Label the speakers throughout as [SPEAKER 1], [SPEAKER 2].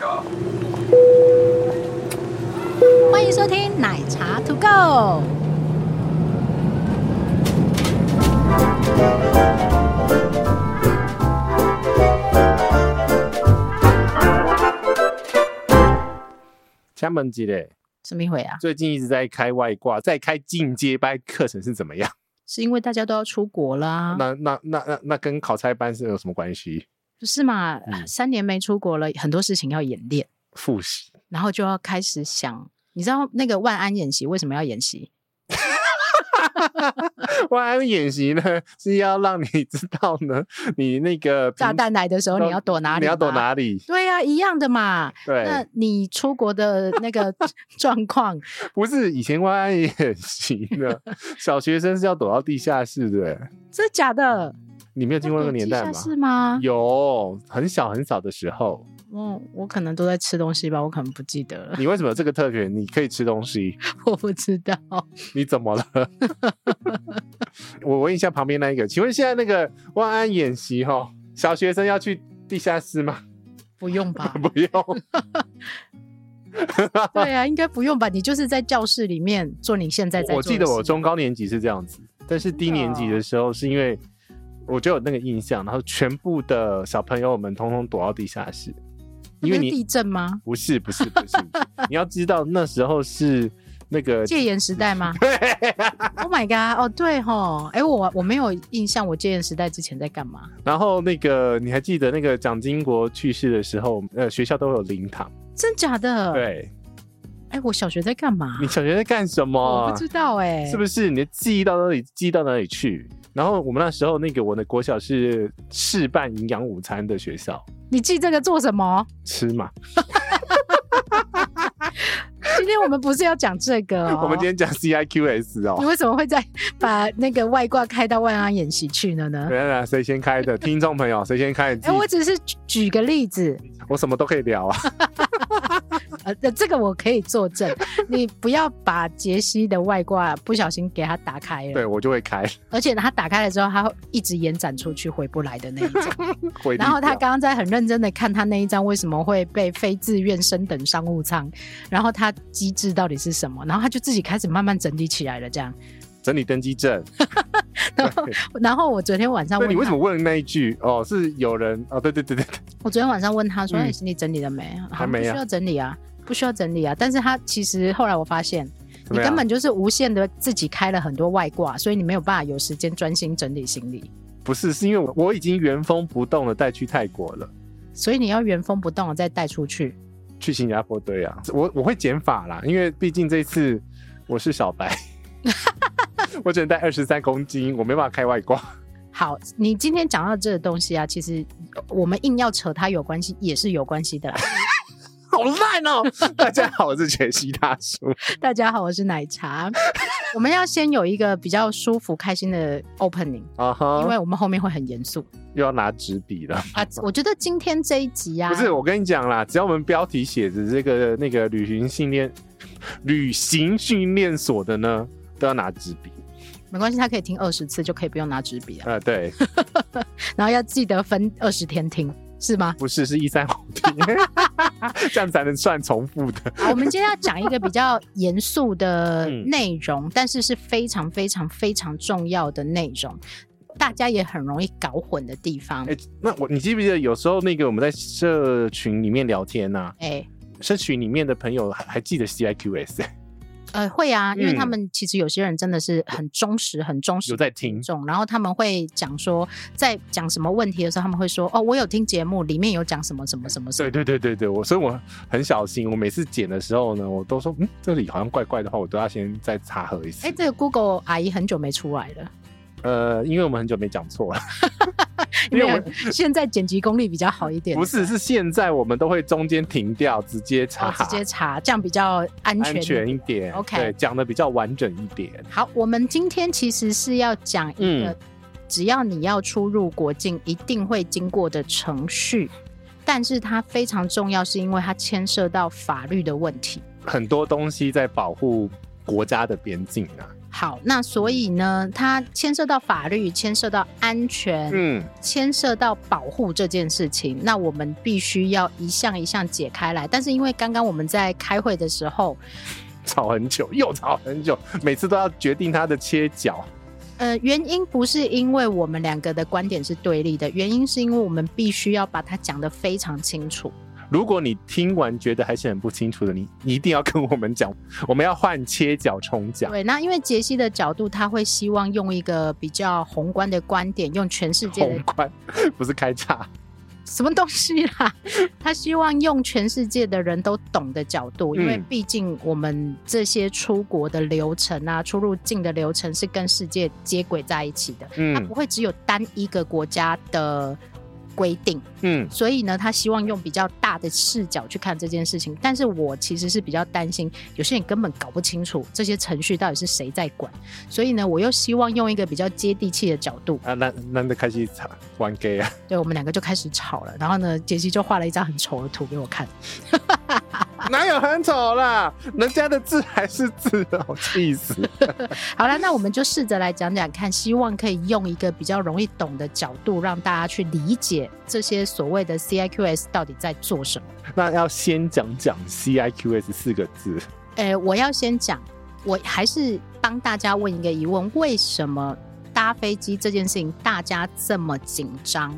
[SPEAKER 1] go.
[SPEAKER 2] 欢迎收听奶茶 To Go。
[SPEAKER 3] 厦门级嘞，
[SPEAKER 2] 什么一回啊？
[SPEAKER 3] 最近一直在开外挂，在开进阶班课程是怎么样？
[SPEAKER 2] 是因为大家都要出国啊啦，
[SPEAKER 3] 那那那那那跟考差班是有什么关系？
[SPEAKER 2] 不是嘛？
[SPEAKER 3] 嗯
[SPEAKER 2] 三年没出国了，很多事情要演练，
[SPEAKER 3] 复习
[SPEAKER 2] 然后就要开始想，你知道那个万安演习为什么要演习？
[SPEAKER 3] 万安演习呢， 是要让你知道呢， 你那个
[SPEAKER 2] 炸
[SPEAKER 3] 平
[SPEAKER 2] 弹来的时候
[SPEAKER 3] 都
[SPEAKER 2] 你要躲哪里？
[SPEAKER 3] 嗯你要躲？哪里？
[SPEAKER 2] 对呀、一样的嘛。那
[SPEAKER 3] 对，
[SPEAKER 2] 你出国的那 个状况，
[SPEAKER 3] 不是以前万安演习 呢，小学生是要躲到地下室的，
[SPEAKER 2] 真的假的？
[SPEAKER 3] 你没有经过那个年代
[SPEAKER 2] 那躲？
[SPEAKER 3] 啊吗
[SPEAKER 2] 地下室吗？
[SPEAKER 3] 有，很小很小的时候，
[SPEAKER 2] 我我可能都在吃东西吧，我可能不记得了，
[SPEAKER 3] 你为什么有这个特权？你可以吃东西，
[SPEAKER 2] 我不知道。
[SPEAKER 3] 你怎么了？ 我问一下旁边那一个，请问现在那个万安演习哈，小学生要去地下室吗？
[SPEAKER 2] 不用吧？
[SPEAKER 3] 不用，
[SPEAKER 2] 对啊，应该不用吧？你就是在教室里面做你现在在做啊
[SPEAKER 3] 我
[SPEAKER 2] 的
[SPEAKER 3] 记得
[SPEAKER 2] 事
[SPEAKER 3] 我中高年级是这样子，但是低年级的时候是因为我就有那个印象，然后全部的小朋友们通通躲到地下室，因为
[SPEAKER 2] 不是地
[SPEAKER 3] 你
[SPEAKER 2] 震吗？
[SPEAKER 3] 不是不是不 是，你要知道那时候是那个
[SPEAKER 2] 戒严时代吗
[SPEAKER 3] 呃 对，
[SPEAKER 2] ？Oh my god！哦，对吼，哎，我我没有印象，我戒严时代之前在干嘛？
[SPEAKER 3] 然后那个你还记得那个蒋经国去世的时候，呃，学校都有灵堂，
[SPEAKER 2] 真假的？，
[SPEAKER 3] 对。
[SPEAKER 2] 哎，我小学在干嘛？
[SPEAKER 3] 你小学在干什
[SPEAKER 2] 我
[SPEAKER 3] 么
[SPEAKER 2] 不？知道哎，
[SPEAKER 3] 是
[SPEAKER 2] 是？
[SPEAKER 3] 不是你的记忆到哪里记忆到哪里去？然后我们那时候那个我的国小是试办营养午餐的学校，
[SPEAKER 2] 你记这个做什么？
[SPEAKER 3] 吃嘛。
[SPEAKER 2] 今天我们不是要讲这个哦？
[SPEAKER 3] 我们今天讲 CIQS
[SPEAKER 2] 你
[SPEAKER 3] 哦。
[SPEAKER 2] 为什么会在把那个外挂开到万安演习去了呢
[SPEAKER 3] 等？等等，谁先开 的？听众朋友，谁先开？你自
[SPEAKER 2] 哎，
[SPEAKER 3] 己
[SPEAKER 2] 我只哎是举举个例子，
[SPEAKER 3] 我什么都可以聊啊。
[SPEAKER 2] 呃，呃这个我可以作证。 你不要把杰西的外挂不小心给它打开了
[SPEAKER 3] 对，，我就会 开。
[SPEAKER 2] 而且它打开了之后，它会一直延展出去回不来的那一 种。
[SPEAKER 3] 回力
[SPEAKER 2] 然后他
[SPEAKER 3] 标
[SPEAKER 2] 刚刚在很认真的看他那一张为什么会被非自愿升等商务舱，然后他机制到底是什么，然后他就自己开始慢慢整理起来了。这样，
[SPEAKER 3] 整理登机证。
[SPEAKER 2] 然后然后我昨天晚上
[SPEAKER 3] 对，
[SPEAKER 2] 问
[SPEAKER 3] 你为什
[SPEAKER 2] 他
[SPEAKER 3] 么问那一句？哦，是有人哦，对对对对，对
[SPEAKER 2] 我昨天晚上问他说：“
[SPEAKER 3] 嗯
[SPEAKER 2] 哎、行李整理了没？”好
[SPEAKER 3] 还没
[SPEAKER 2] 不
[SPEAKER 3] 啊
[SPEAKER 2] 需要整理啊，不需要整理啊。但是他其实后来我发现。
[SPEAKER 3] 怎
[SPEAKER 2] 你
[SPEAKER 3] 么样
[SPEAKER 2] 根本就是无限的自己开了很多外挂，所以你没有办法有时间专心整理行李，
[SPEAKER 3] 不是，是因为我我已经原封不动的带去泰国了，
[SPEAKER 2] 所以你要原封不动的再带出去。
[SPEAKER 3] 去新加坡对啊，我我会减法啦，因为毕竟这次我是 小白，我只能带二十三公斤，我没办法开外挂。
[SPEAKER 2] 好，你今天讲到这个东西啊，其实我们硬要扯它有关系，也是有关系的 啦。
[SPEAKER 3] 好烂哦！大家好，我是杰西大叔。
[SPEAKER 2] 大家好，我是奶茶。我们要先有一个比较舒服、开心的 opening，
[SPEAKER 3] 啊
[SPEAKER 2] 因
[SPEAKER 3] 哈，
[SPEAKER 2] 为我们后面会很严肃
[SPEAKER 3] 又要拿纸笔了。
[SPEAKER 2] 啊。我觉得今天这一集啊，
[SPEAKER 3] 不是，我跟你讲啦，只要我们标题写着这个那个旅行训练、旅行训练所的呢，都要拿纸笔。
[SPEAKER 2] 没关系，他可以听二十次，就可以不用拿纸笔了。
[SPEAKER 3] 啊、对，
[SPEAKER 2] 然后要记得分二十天听，是吗？
[SPEAKER 3] 不是是一三五天， 这样才能算重复的。
[SPEAKER 2] 好，我们今天要讲一个比较严肃的
[SPEAKER 3] 嗯
[SPEAKER 2] 内容，但是是非常非常非常重要的内容，大家也很容易搞混的地方。
[SPEAKER 3] 哎、那我你记不记得有时候那个我们在社群里面聊天呐、啊
[SPEAKER 2] 哎、
[SPEAKER 3] 社群里面的朋友还还记得 CIQS 欸
[SPEAKER 2] 呃，会啊，因为他
[SPEAKER 3] 嗯
[SPEAKER 2] 们其实有些人真的是很忠实、很忠实
[SPEAKER 3] 有在听
[SPEAKER 2] 听，众，然后他们会讲说，在讲什么问题的时候，他们会说：“哦，我有听节目，里面有讲什么什么什么什
[SPEAKER 3] 对
[SPEAKER 2] 么。
[SPEAKER 3] 对对对对，我所以我很小心，我每次剪的时候呢，我都说嗯这里好像怪怪的话，我都要先再查核一”次。
[SPEAKER 2] 哎，这个 Google 阿姨很久没出来了，
[SPEAKER 3] 呃，因为我们很久没讲错了，因
[SPEAKER 2] 因
[SPEAKER 3] 为
[SPEAKER 2] 为
[SPEAKER 3] 我
[SPEAKER 2] 现在剪辑功力比较好一点，
[SPEAKER 3] 不是是现在我们都会中间停掉，直接查，
[SPEAKER 2] 哦，直接查，这样比较安全
[SPEAKER 3] 安全一点。
[SPEAKER 2] OK
[SPEAKER 3] 对，讲的比较完整一点。
[SPEAKER 2] 好，我们今天其实是要讲一个，
[SPEAKER 3] 嗯
[SPEAKER 2] 只要你要出入国境，一定会经过的程序，但是它非常重要，是因为它牵涉到法律的问题。
[SPEAKER 3] 很多东西在保护国家的边境啊，
[SPEAKER 2] 好，那所以呢，它牵涉到法律，牵涉到安全，
[SPEAKER 3] 嗯，
[SPEAKER 2] 牵涉到保护这件事情，那我们必须要一项一项解开来。但是因为刚刚我们在开会的时候，
[SPEAKER 3] 吵很久，又吵很久，每次都要决定它的切角。
[SPEAKER 2] 呃，原因不是因为我们两个的观点是对立的，原因是因为我们必须要把它讲得非常清楚。
[SPEAKER 3] 如果你听完觉得还是很不清楚的，你一定要跟我们讲，我们要换切角重讲。
[SPEAKER 2] 对，那因为杰西的角度，他会希望用一个比较宏观的观点，用全世界
[SPEAKER 3] 宏
[SPEAKER 2] 的
[SPEAKER 3] 观不是开叉，
[SPEAKER 2] 什么东西啦， 他希望用全世界的人都懂的角度，因为
[SPEAKER 3] 嗯
[SPEAKER 2] 毕竟我们这些出国的流程啊，出入境的流程是跟世界接轨在一起的，它
[SPEAKER 3] 嗯
[SPEAKER 2] 不会只有单一个国家的规定。
[SPEAKER 3] 嗯，
[SPEAKER 2] 所以呢，他希望用比较大的视角去看这件事情。但是我其实是比较担心，有些人根本搞不清楚这些程序到底是谁在管。所以呢，我又希望用一个比较接地气的角度。
[SPEAKER 3] 啊，那那就开始吵玩 gay 啊，
[SPEAKER 2] 对我们两个就开始吵了。然后呢，杰西就画了一张很丑的图给我看。
[SPEAKER 3] 哪有很丑啦？人家的字还是字哦，气死！
[SPEAKER 2] 好了，那我们就试着来讲讲看，希望可以用一个比较容易懂的角度，让大家去理解这些所谓的 CIQS 到底在做什么。
[SPEAKER 3] 那要先讲讲 C I Q S 四个字，
[SPEAKER 2] 呃，我要先讲，我还是帮大家问一个疑问：为什么搭飞机这件事情大家这么紧张？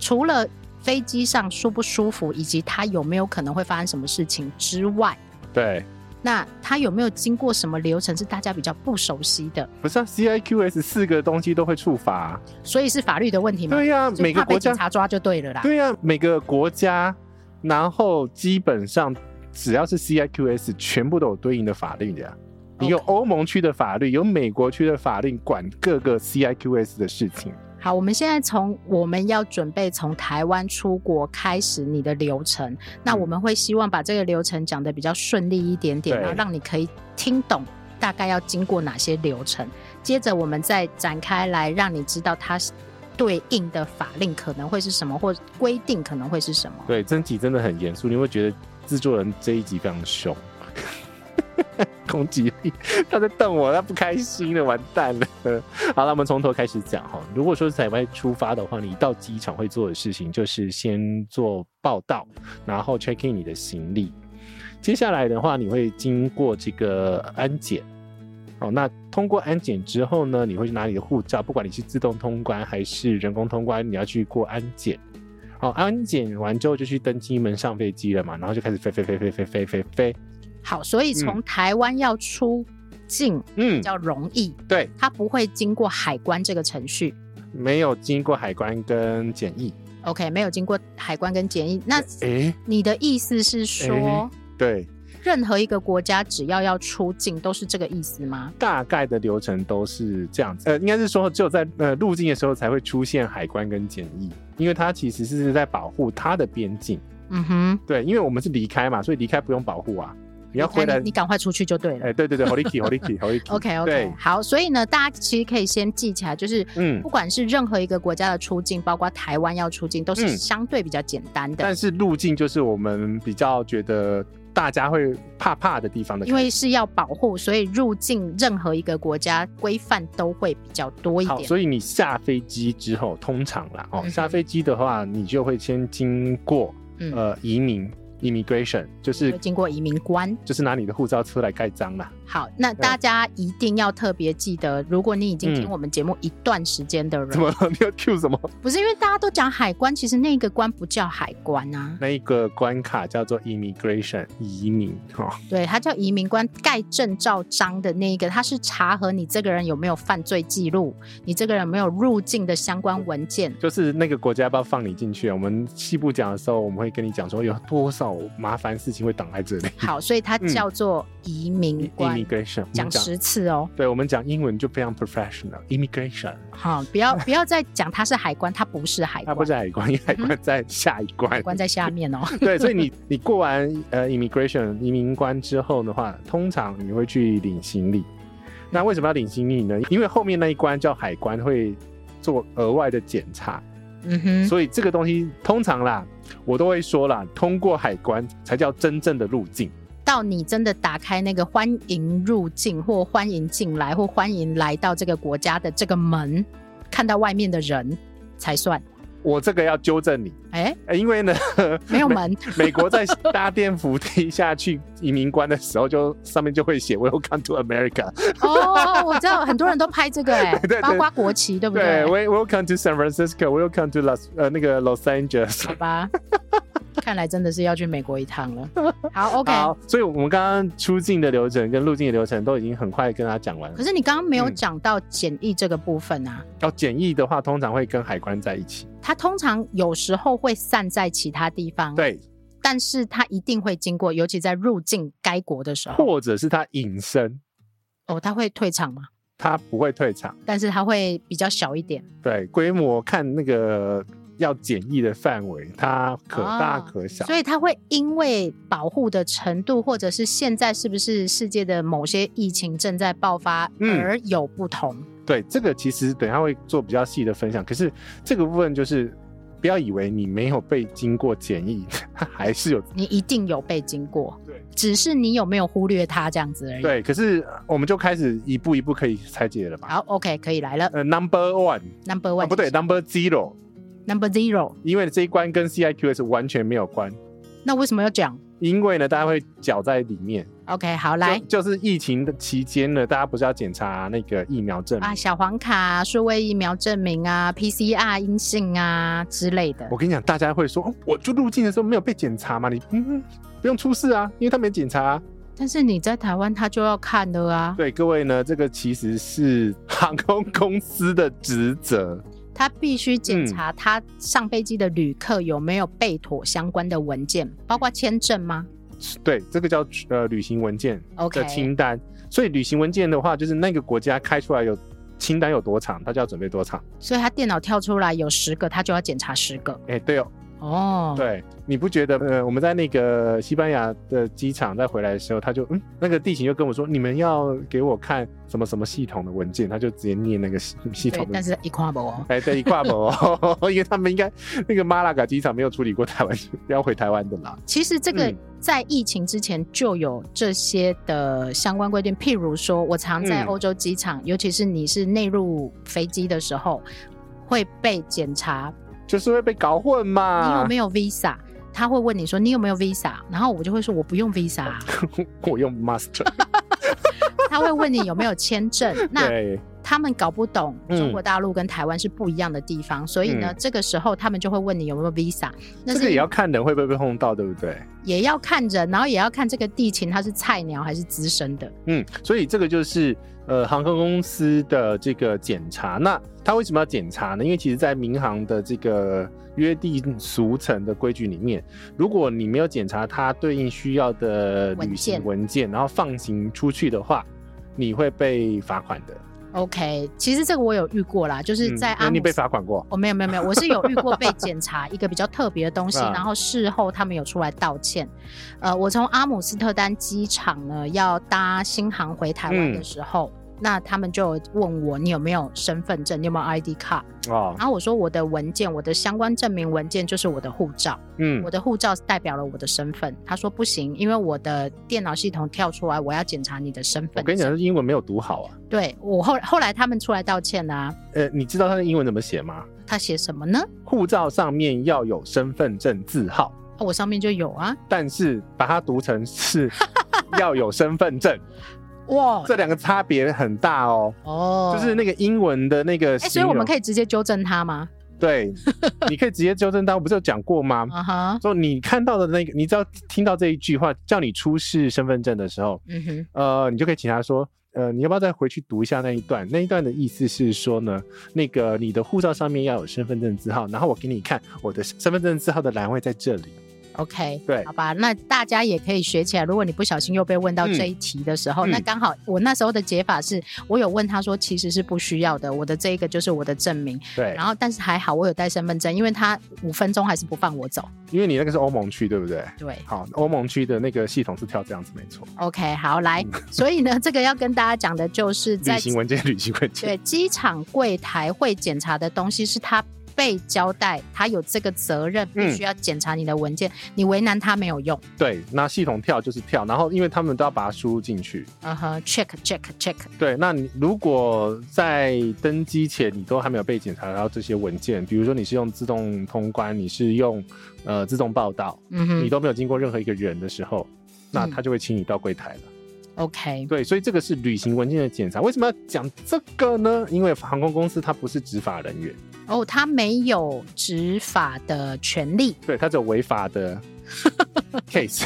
[SPEAKER 2] 除了飞机上舒不舒服，以及它有没有可能会发生什么事情之外，
[SPEAKER 3] 对，
[SPEAKER 2] 那它有没有经过什么流程是大家比较不熟悉的？
[SPEAKER 3] 不是、啊、C I Q S 四个东西都会触发啊、
[SPEAKER 2] 所以是法律的问题吗？
[SPEAKER 3] 对呀、
[SPEAKER 2] 就是
[SPEAKER 3] 每个
[SPEAKER 2] 怕被
[SPEAKER 3] 国家
[SPEAKER 2] 警察抓就对了啦。
[SPEAKER 3] 对呀、每个国家，然后基本上只要是 CIQS，全部都有对应的法律的呀、你有
[SPEAKER 2] OK
[SPEAKER 3] 欧盟区的法律，有美国区的法律管各个 CIQS 的事情。
[SPEAKER 2] 好，我们现在从我们要准备从台湾出国开始你的流程，那
[SPEAKER 3] 嗯
[SPEAKER 2] 我们会希望把这个流程讲得比较顺利一点点，
[SPEAKER 3] 对
[SPEAKER 2] 然后让你可以听懂大概要经过哪些流程。接着我们再展开来，让你知道它对应的法令可能会是什么，或规定可能会是什么。
[SPEAKER 3] 对，这集真的很严肃，你会觉得制作人这一集非常凶， 攻击力，他在瞪我，他不开心了，完蛋了。好了，我们从头开始讲哈。如果说是海外出发的话，你到机场会做的事情就是先做报到，然后 check in 你的行李。接下来的话，你会经过这个安检。哦，那通过安检之后呢，你会去拿你的护照，不管你是自动通关还是人工通关，你要去过安检。好，安检完之后就去登机门上飞机了嘛，然后就开始飞飞飞飞飞飞飞飞。
[SPEAKER 2] 好，所以从台湾要出境
[SPEAKER 3] 嗯
[SPEAKER 2] 比，较容易，
[SPEAKER 3] 对，
[SPEAKER 2] 它不会经过海关这个程序。
[SPEAKER 3] 没有经过海关跟检疫。
[SPEAKER 2] OK，没有经过海关跟检疫，那
[SPEAKER 3] 诶，
[SPEAKER 2] 你的意思是说，
[SPEAKER 3] 诶对，
[SPEAKER 2] 任何一个国家只要要出境，都是这个意思吗？
[SPEAKER 3] 大概的流程都是这样子。呃，应该是说只有在呃入境的时候才会出现海关跟检疫，因为它其实是在保护它的边境。
[SPEAKER 2] 嗯哼，
[SPEAKER 3] 对，因为我们是离开嘛，所以离开不用保护啊，你要回
[SPEAKER 2] 那
[SPEAKER 3] 来
[SPEAKER 2] 你。你赶快出去就对了。
[SPEAKER 3] 哎，对对对 h o l i k y h o l i k y h o l i k y
[SPEAKER 2] OK
[SPEAKER 3] 对
[SPEAKER 2] OK，好，所以呢，大家其实可以先记起来，就是
[SPEAKER 3] 嗯
[SPEAKER 2] 不管是任何一个国家的出境，包括台湾要出境，都
[SPEAKER 3] 嗯
[SPEAKER 2] 是相对比较简单的，
[SPEAKER 3] 但是路径就是我们比较觉得大家会怕怕的地方的开始，
[SPEAKER 2] 因为是要保护，所以入境任何一个国家规范都会比较多一
[SPEAKER 3] 好，
[SPEAKER 2] 点。
[SPEAKER 3] 所以你下飞机之后，通常啦，哦，
[SPEAKER 2] 嗯哼
[SPEAKER 3] 下飞机的话，你就会先经过
[SPEAKER 2] 嗯
[SPEAKER 3] 呃移民 （immigration），就是
[SPEAKER 2] 会经过移民关，
[SPEAKER 3] 就是拿你的护照出来盖章啦。
[SPEAKER 2] 好，那大家一定要特别记得，如果你已经听
[SPEAKER 3] 嗯
[SPEAKER 2] 我们节目一段时间的人，
[SPEAKER 3] 怎么了？你要 Q 什么？
[SPEAKER 2] 不是因为大家都讲海关，其实那个关不叫海关啊，
[SPEAKER 3] 那一个关卡叫做 immigration 移民哦，
[SPEAKER 2] 对，它叫移民关，盖证照章的那一个，它是查核你这个人有没有犯罪记录，你这个人有没有入境的相关文件。
[SPEAKER 3] 就是那个国家要不要放你进去？我们细部讲的时候，我们会跟你讲说有多少麻烦事情会挡在这里。
[SPEAKER 2] 好，所以它
[SPEAKER 3] 嗯
[SPEAKER 2] 叫做移民关，
[SPEAKER 3] immigration 我
[SPEAKER 2] 讲
[SPEAKER 3] 们讲，
[SPEAKER 2] 十次哦，
[SPEAKER 3] 对我们讲英文就非常 professional。immigration
[SPEAKER 2] 好，不要不要再讲它是海关，它不是海
[SPEAKER 3] 它
[SPEAKER 2] 关，嗯
[SPEAKER 3] 不是海关，因为海关在下一关
[SPEAKER 2] 海。关在下面哦。
[SPEAKER 3] 对，所以你你过完呃 immigration 移民关之后的话，通常你会去领行李。那为什么要领行李呢？因为后面那一关叫海关，会做额外的检查，
[SPEAKER 2] 嗯哼，
[SPEAKER 3] 所以这个东西通常啦，我都会说啦，通过海关才叫真正的入境。
[SPEAKER 2] 到你真的打开那个欢迎入境或欢迎进来或欢迎来到这个国家的这个门，看到外面的人才算。
[SPEAKER 3] 我这个要纠正你，
[SPEAKER 2] 哎，
[SPEAKER 3] 呃因为呢，
[SPEAKER 2] 没有门，
[SPEAKER 3] 美国在搭电扶梯下去移民关的时候就，上面就会写 “Welcome to America”，
[SPEAKER 2] 哦，我知道很多人都拍这个哎、
[SPEAKER 3] 对对
[SPEAKER 2] 包括国旗，对不
[SPEAKER 3] 对，“We- “Welcome to San Francisco”，“Welcome to Los” 呃那个 Los Angeles。
[SPEAKER 2] 好吧， 看来真的是要去美国一趟了。好，OK。
[SPEAKER 3] 好，所以我们刚刚出境的流程跟入境的流程都已经很快跟他讲完了
[SPEAKER 2] 可。是你刚刚没有
[SPEAKER 3] 嗯
[SPEAKER 2] 讲到检疫这个部分啊，
[SPEAKER 3] 要检疫的话，通常会跟海关在一起。
[SPEAKER 2] 它通常有时候会散在其他地方，，
[SPEAKER 3] 对，
[SPEAKER 2] 但是它一定会经过，尤其在入境该国的时候，
[SPEAKER 3] 或者是他隐身，
[SPEAKER 2] 哦，它会退场嘛，
[SPEAKER 3] 他不会退场。
[SPEAKER 2] 但是它会比较小一点，
[SPEAKER 3] 对，规模看那个要检疫的范围，它可大
[SPEAKER 2] 哦
[SPEAKER 3] 可小。
[SPEAKER 2] 所以它会因为保护的程度，或者是现在是不是世界的某些疫情正在爆发
[SPEAKER 3] 嗯
[SPEAKER 2] 而有不同。
[SPEAKER 3] 对，这个其实等一下会做比较细的分享。可是这个部分就是，不要以为你没有被经过检疫， 它还是有
[SPEAKER 2] 你一定有被经过，
[SPEAKER 3] 对，
[SPEAKER 2] 只是你有没有忽略它这样子而已。
[SPEAKER 3] 对。可是呃我们就开始一步一步可以拆解了吧？
[SPEAKER 2] 好，OK，可以来了
[SPEAKER 3] 呃，Number One，
[SPEAKER 2] ，Number One，
[SPEAKER 3] 啊不对，Number Zero，
[SPEAKER 2] ，Number Zero，
[SPEAKER 3] 因为这一关跟 CIQS 完全没有关，
[SPEAKER 2] 那为什么要讲
[SPEAKER 3] 因为呢大家会搅在里面。
[SPEAKER 2] ？OK，好，来
[SPEAKER 3] 就就是疫情的期间呢，大家不是要检查那个疫苗证明？
[SPEAKER 2] 啊，小黄卡、数位疫苗证明啊、PCR 阴性啊之类的
[SPEAKER 3] 我。跟你讲，大家会说，哦我就入境的时候没有被检查嘛，你嗯不用出事啊，因为他没检查啊、
[SPEAKER 2] 但是你在台湾，他就要看的啊，
[SPEAKER 3] 对各位呢，这个其实是航空公司的职责。
[SPEAKER 2] 他必须检查他上飞机的旅客有没有备妥相关的文件，包括签证吗
[SPEAKER 3] 对，这个叫呃旅行文件的
[SPEAKER 2] ？OK，
[SPEAKER 3] 清单。所以旅行文件的话，就是那个国家开出来有清单有多长，他就要准备多长。
[SPEAKER 2] 所以他电脑跳出来有十个，他就要检查十个。
[SPEAKER 3] 哎、对哦，
[SPEAKER 2] 哦，
[SPEAKER 3] 对，你不觉得？呃，我们在那个西班牙的机场再回来的时候，他就嗯，那个地勤就跟我说，你们要给我看什么什么系统的文件，他就直接念那个系系统
[SPEAKER 2] 对，
[SPEAKER 3] 的
[SPEAKER 2] 但是一跨不哦。
[SPEAKER 3] 哎，对，一跨博哦，因为他们应该那个马拉嘎机场没有处理过台湾，要回台湾的啦。
[SPEAKER 2] 其实这个
[SPEAKER 3] 嗯
[SPEAKER 2] 在疫情之前就有这些的相关规定，譬如说，我常在
[SPEAKER 3] 嗯
[SPEAKER 2] 欧洲机场，尤其是你是内入飞机的时候，会被检查
[SPEAKER 3] 就是会被搞混嘛。
[SPEAKER 2] 你有没有 visa，他会问你说你有没有 visa，然后我就会说我不用 visa，啊
[SPEAKER 3] 我用 master，
[SPEAKER 2] 他会问你有没有签证，那
[SPEAKER 3] 对，
[SPEAKER 2] 他们搞不懂
[SPEAKER 3] 嗯
[SPEAKER 2] 中国大陆跟台湾是不一样的地方，所以呢，
[SPEAKER 3] 嗯
[SPEAKER 2] 这个时候他们就会问你有没有 visa，那
[SPEAKER 3] 这
[SPEAKER 2] 是
[SPEAKER 3] 个也要看人会不会被碰到，对不对？
[SPEAKER 2] 也要看人，然后也要看这个地勤他是菜鸟还是资深的。
[SPEAKER 3] 嗯，所以这个就是呃航空公司的这个检查。那他为什么要检查呢？因为其实，在民航的这个约定俗成的规矩里面，如果你没有检查它对应需要的
[SPEAKER 2] 文
[SPEAKER 3] 旅行
[SPEAKER 2] 件
[SPEAKER 3] 文件，然后放行出去的话，你会被罚款的。
[SPEAKER 2] OK，其实这个我有遇过啦，就是在
[SPEAKER 3] 嗯
[SPEAKER 2] 阿
[SPEAKER 3] 那你
[SPEAKER 2] 姆
[SPEAKER 3] 被
[SPEAKER 2] 斯，
[SPEAKER 3] 罚款过？
[SPEAKER 2] 我哦没有没有没有，我是有遇过被检查一个比较特别的东西，
[SPEAKER 3] 啊
[SPEAKER 2] 然后事后他们有出来道歉。呃，我从阿姆斯特丹机场呢要搭新航回台湾的
[SPEAKER 3] 嗯
[SPEAKER 2] 时候。那他们就问我你有没有身份证，你有没有 ID 卡？
[SPEAKER 3] 哦，
[SPEAKER 2] 然后我说我的文件，我的相关证明文件就是我的护照，
[SPEAKER 3] 嗯
[SPEAKER 2] 我，的护照代表了我的身份。他说不行，因为我的电脑系统跳出来，我要检查你的身份。
[SPEAKER 3] 我跟你讲，，是英文没有读好啊。
[SPEAKER 2] 对我后后来他们出来道歉啦、
[SPEAKER 3] 呃，你知道它的英文怎么写吗？
[SPEAKER 2] 他写什么呢？
[SPEAKER 3] 护照上面要有身份证字号，
[SPEAKER 2] 啊我上面就有啊。
[SPEAKER 3] 但是把它读 成是要有身份证，
[SPEAKER 2] 哦哇，
[SPEAKER 3] 这两个差别很大哦。
[SPEAKER 2] 哦，
[SPEAKER 3] 就是那个英文的那个
[SPEAKER 2] 哎、
[SPEAKER 3] 形
[SPEAKER 2] 所以
[SPEAKER 3] 容，
[SPEAKER 2] 我们可以直接纠正他吗？
[SPEAKER 3] 对，你可以直接纠正到，我不是有讲过吗？
[SPEAKER 2] 啊哈，
[SPEAKER 3] 说你看到的那个，你只要听到这一句话，叫你出示身份证的时候，
[SPEAKER 2] 嗯哼，
[SPEAKER 3] 呃，你就可以请他说，呃，你要不要再回去读一下那一段？那一段的意思是说呢，那个你的护照上面要有身份证字号，然后我给你看我的身份证字号的栏位在这里。
[SPEAKER 2] ，OK，
[SPEAKER 3] 对
[SPEAKER 2] 好吧，那大家也可以学起来。如果你不小心又被问到
[SPEAKER 3] 嗯
[SPEAKER 2] 这一题的时候，
[SPEAKER 3] 嗯
[SPEAKER 2] 那刚好我那时候的解法是，我有问他说其实是不需要的，我的这一个就是我的证明。
[SPEAKER 3] 对
[SPEAKER 2] 然，后但是还好我有带身份证，因为他五分钟还是不放我走。
[SPEAKER 3] 因为你那个是欧盟区，对不对？
[SPEAKER 2] 对
[SPEAKER 3] 好，欧盟区的那个系统是跳这样子，没错。
[SPEAKER 2] ，OK，好，来，所以呢，这个要跟大家讲的就是
[SPEAKER 3] 嗯旅
[SPEAKER 2] 在
[SPEAKER 3] 行文件，旅行文件。
[SPEAKER 2] 对，机场柜台会检查的东西是他被交代他有这个责任，
[SPEAKER 3] 嗯
[SPEAKER 2] 必须要检查你的文件，你为难他没有用。
[SPEAKER 3] 对，那系统跳就是跳，然后因为他们都要把它输入进去。
[SPEAKER 2] 嗯哼，check check check，
[SPEAKER 3] 对，那你如果在登机前你都还没有被检查到这些文件，比如说你是用自动通关，你是用呃自动报到，
[SPEAKER 2] 嗯
[SPEAKER 3] 你
[SPEAKER 2] 哼
[SPEAKER 3] 都没有经过任何一个人的时候，那
[SPEAKER 2] 嗯
[SPEAKER 3] 他就会请你到柜台了。
[SPEAKER 2] ，OK，
[SPEAKER 3] 对，所以这个是旅行文件的检查。为什么要讲这个呢？因为航空公司它不是执法人员，
[SPEAKER 2] 哦，他没有执法的权利，
[SPEAKER 3] 对，它只有违法的 case，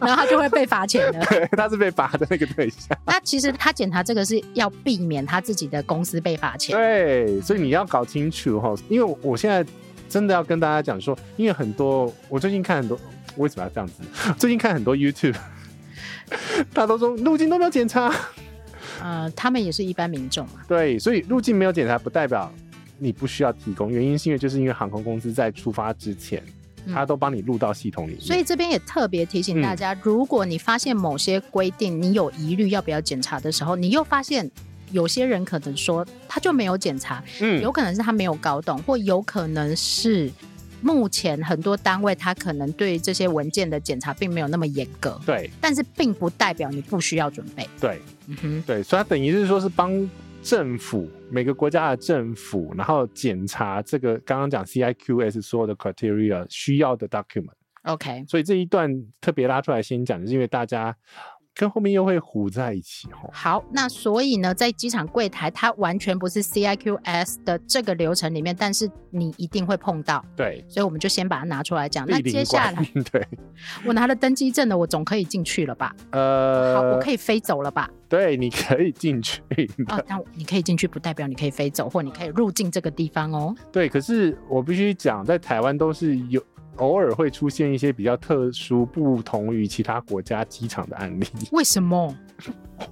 [SPEAKER 2] 然后他就会被罚钱 的。
[SPEAKER 3] 它是被罚的那个对象。
[SPEAKER 2] 那其实他检查这个是要避免他自己的公司被罚钱。
[SPEAKER 3] 对，所以你要搞清楚哈，因为我现在真的要跟大家讲说，因为很多我最近看很多，为什么要这样子？ 最近看很多 YouTube，大家都说入境都没有检查，
[SPEAKER 2] 呃，他们也是一般民众嘛。
[SPEAKER 3] 对，所以入境没有检查不代表你不需要提供，原因是因为就是因为航空公司在出发之前，
[SPEAKER 2] 嗯
[SPEAKER 3] 它都帮你录到系统里面，
[SPEAKER 2] 所以这边也特别提嗯醒大家，如果你发现某些规定你有疑虑要不要检查的时候，你又发现有些人可能说他就没有检查，
[SPEAKER 3] 嗯
[SPEAKER 2] 有可能是他没有搞懂，或有可能是目前很多单位他可能对这些文件的检查并没有那么严格，
[SPEAKER 3] 对
[SPEAKER 2] 但是并不代表你不需要准备。
[SPEAKER 3] 对
[SPEAKER 2] 嗯哼，
[SPEAKER 3] 对，所以它等于是说是帮。政府每个国家的政府，然后检查这个刚刚讲 CIQS 所有的 criteria 需要的 document，
[SPEAKER 2] ，OK，
[SPEAKER 3] 所以这一段特别拉出来先讲，就是因为大家跟后面又会糊在一起哦。
[SPEAKER 2] 好，那所以呢，在机场柜台，它完全不是 CIQS 的这个流程里面，但是你一定会碰到，
[SPEAKER 3] 对，
[SPEAKER 2] 所以我们就先把它拿出来讲。那
[SPEAKER 3] 地
[SPEAKER 2] 接
[SPEAKER 3] 灵
[SPEAKER 2] 下
[SPEAKER 3] 观
[SPEAKER 2] 来，
[SPEAKER 3] 对，
[SPEAKER 2] 我拿了登机证了，我总可以进去了吧？好，我
[SPEAKER 3] 呃，
[SPEAKER 2] 可以飞走了吧？
[SPEAKER 3] 对，你可以进去，嗯
[SPEAKER 2] 啊，但你可以进去，不代表你可以飞走，或你可以入境这个地方哦。
[SPEAKER 3] 对。可是我必须讲，在台湾都是有偶尔会出现一些比较特殊、不同于其他国家机场的案例，
[SPEAKER 2] 为什么？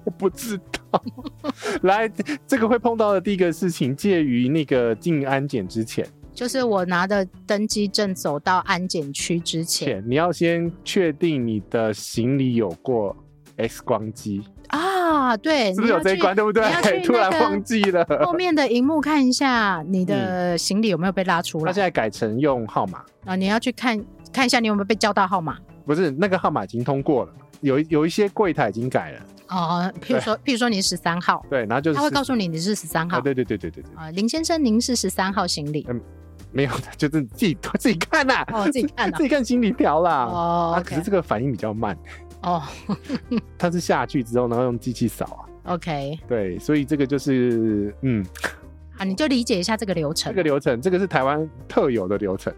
[SPEAKER 3] 我不知道。 来，这个会碰到的第一个事情，介于那个进安检之前，
[SPEAKER 2] 就是我拿着登机证走到安检区之前
[SPEAKER 3] 前你要先确定你的行李有过 X 光机。
[SPEAKER 2] 啊，对，
[SPEAKER 3] 是不是
[SPEAKER 2] 你
[SPEAKER 3] 有
[SPEAKER 2] 要
[SPEAKER 3] 这一
[SPEAKER 2] 去
[SPEAKER 3] 关， 对不对
[SPEAKER 2] 你要去那？个
[SPEAKER 3] 突然忘记 了。
[SPEAKER 2] 后面的荧幕看一下你的行李有没有被拉出
[SPEAKER 3] 他
[SPEAKER 2] 来
[SPEAKER 3] 现在改成用号码，
[SPEAKER 2] 啊？你要去看看一下你有没有被叫到号码
[SPEAKER 3] 不是那个号码已经通过了，有一有一些柜台已经改了，
[SPEAKER 2] 哦。譬如说，譬如说你是十三号，
[SPEAKER 3] 对，然后就是
[SPEAKER 2] 他会告诉你你是十三
[SPEAKER 3] 啊，
[SPEAKER 2] 号
[SPEAKER 3] 对对对对对对，
[SPEAKER 2] 啊。林先生，您是十三号行李
[SPEAKER 3] 嗯没有，就是自己 自己看呐，
[SPEAKER 2] 哦，自己看了
[SPEAKER 3] 自己看心理条啦。
[SPEAKER 2] 哦
[SPEAKER 3] 啊，可是
[SPEAKER 2] ，OK，
[SPEAKER 3] 这个反应比较慢，
[SPEAKER 2] 哦
[SPEAKER 3] 它是下去之后，然后用机器扫啊，
[SPEAKER 2] ，OK，
[SPEAKER 3] 对，所以这个就是嗯，
[SPEAKER 2] 啊，你就理解一下这个流
[SPEAKER 3] 这
[SPEAKER 2] 程
[SPEAKER 3] 个。流程，这个是台湾特有的流程，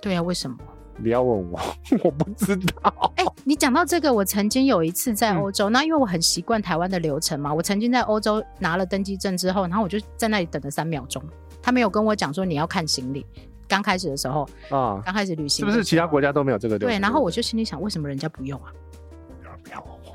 [SPEAKER 2] 对啊，为什么？
[SPEAKER 3] 不要问我， 我不知道，
[SPEAKER 2] 哎、你讲到这个，我曾经有一次在
[SPEAKER 3] 哦嗯
[SPEAKER 2] 欧洲，那因为我很习惯台湾的流程嘛，我曾经在欧洲拿了登机证之后，然后我就在那里等了三秒钟，他没有跟我讲说你要看行李。刚开始的时候，
[SPEAKER 3] 啊，
[SPEAKER 2] 刚开始旅
[SPEAKER 3] 是
[SPEAKER 2] 行
[SPEAKER 3] 不
[SPEAKER 2] 的时候
[SPEAKER 3] 是其他国家都没有这个流程？
[SPEAKER 2] 对，然后我就心里想，为什么人家不用啊？
[SPEAKER 3] 不要问我，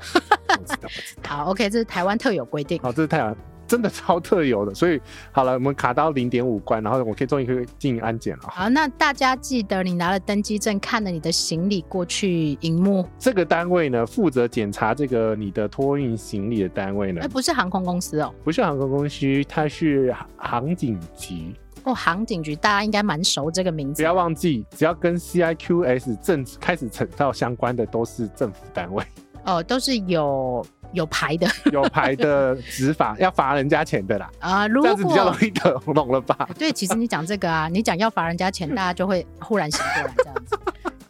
[SPEAKER 3] 我知道，我知道。
[SPEAKER 2] 好，OK，这是台湾特有规定。
[SPEAKER 3] 好，这是太阳真的超特有的，所以好了，我们卡到零点五关，然后我可以终于可以进安检了。
[SPEAKER 2] 好，那大家记得你拿了登机证，看了你的行李过去荧幕，
[SPEAKER 3] 这个单位呢，负责检查这个你的托运行李的单位呢
[SPEAKER 2] 哎、，不是航空公司哦，
[SPEAKER 3] 不是航空公司，它是航警局。
[SPEAKER 2] 哦，航警局，大家应该蛮熟这个名
[SPEAKER 3] 不
[SPEAKER 2] 字
[SPEAKER 3] 要。忘记，只要跟 CIQS 政开始扯到相关的，都是政府单位
[SPEAKER 2] 哦，都是有有牌的
[SPEAKER 3] 有牌的执 法，要罚人家钱的啦。
[SPEAKER 2] 啊、如
[SPEAKER 3] 这
[SPEAKER 2] 果
[SPEAKER 3] 样子比较 容易懂懂了吧？
[SPEAKER 2] 对，其实你讲这个啊，你讲要罚人家
[SPEAKER 3] 嗯
[SPEAKER 2] 钱，大家就会忽然醒过来这样子。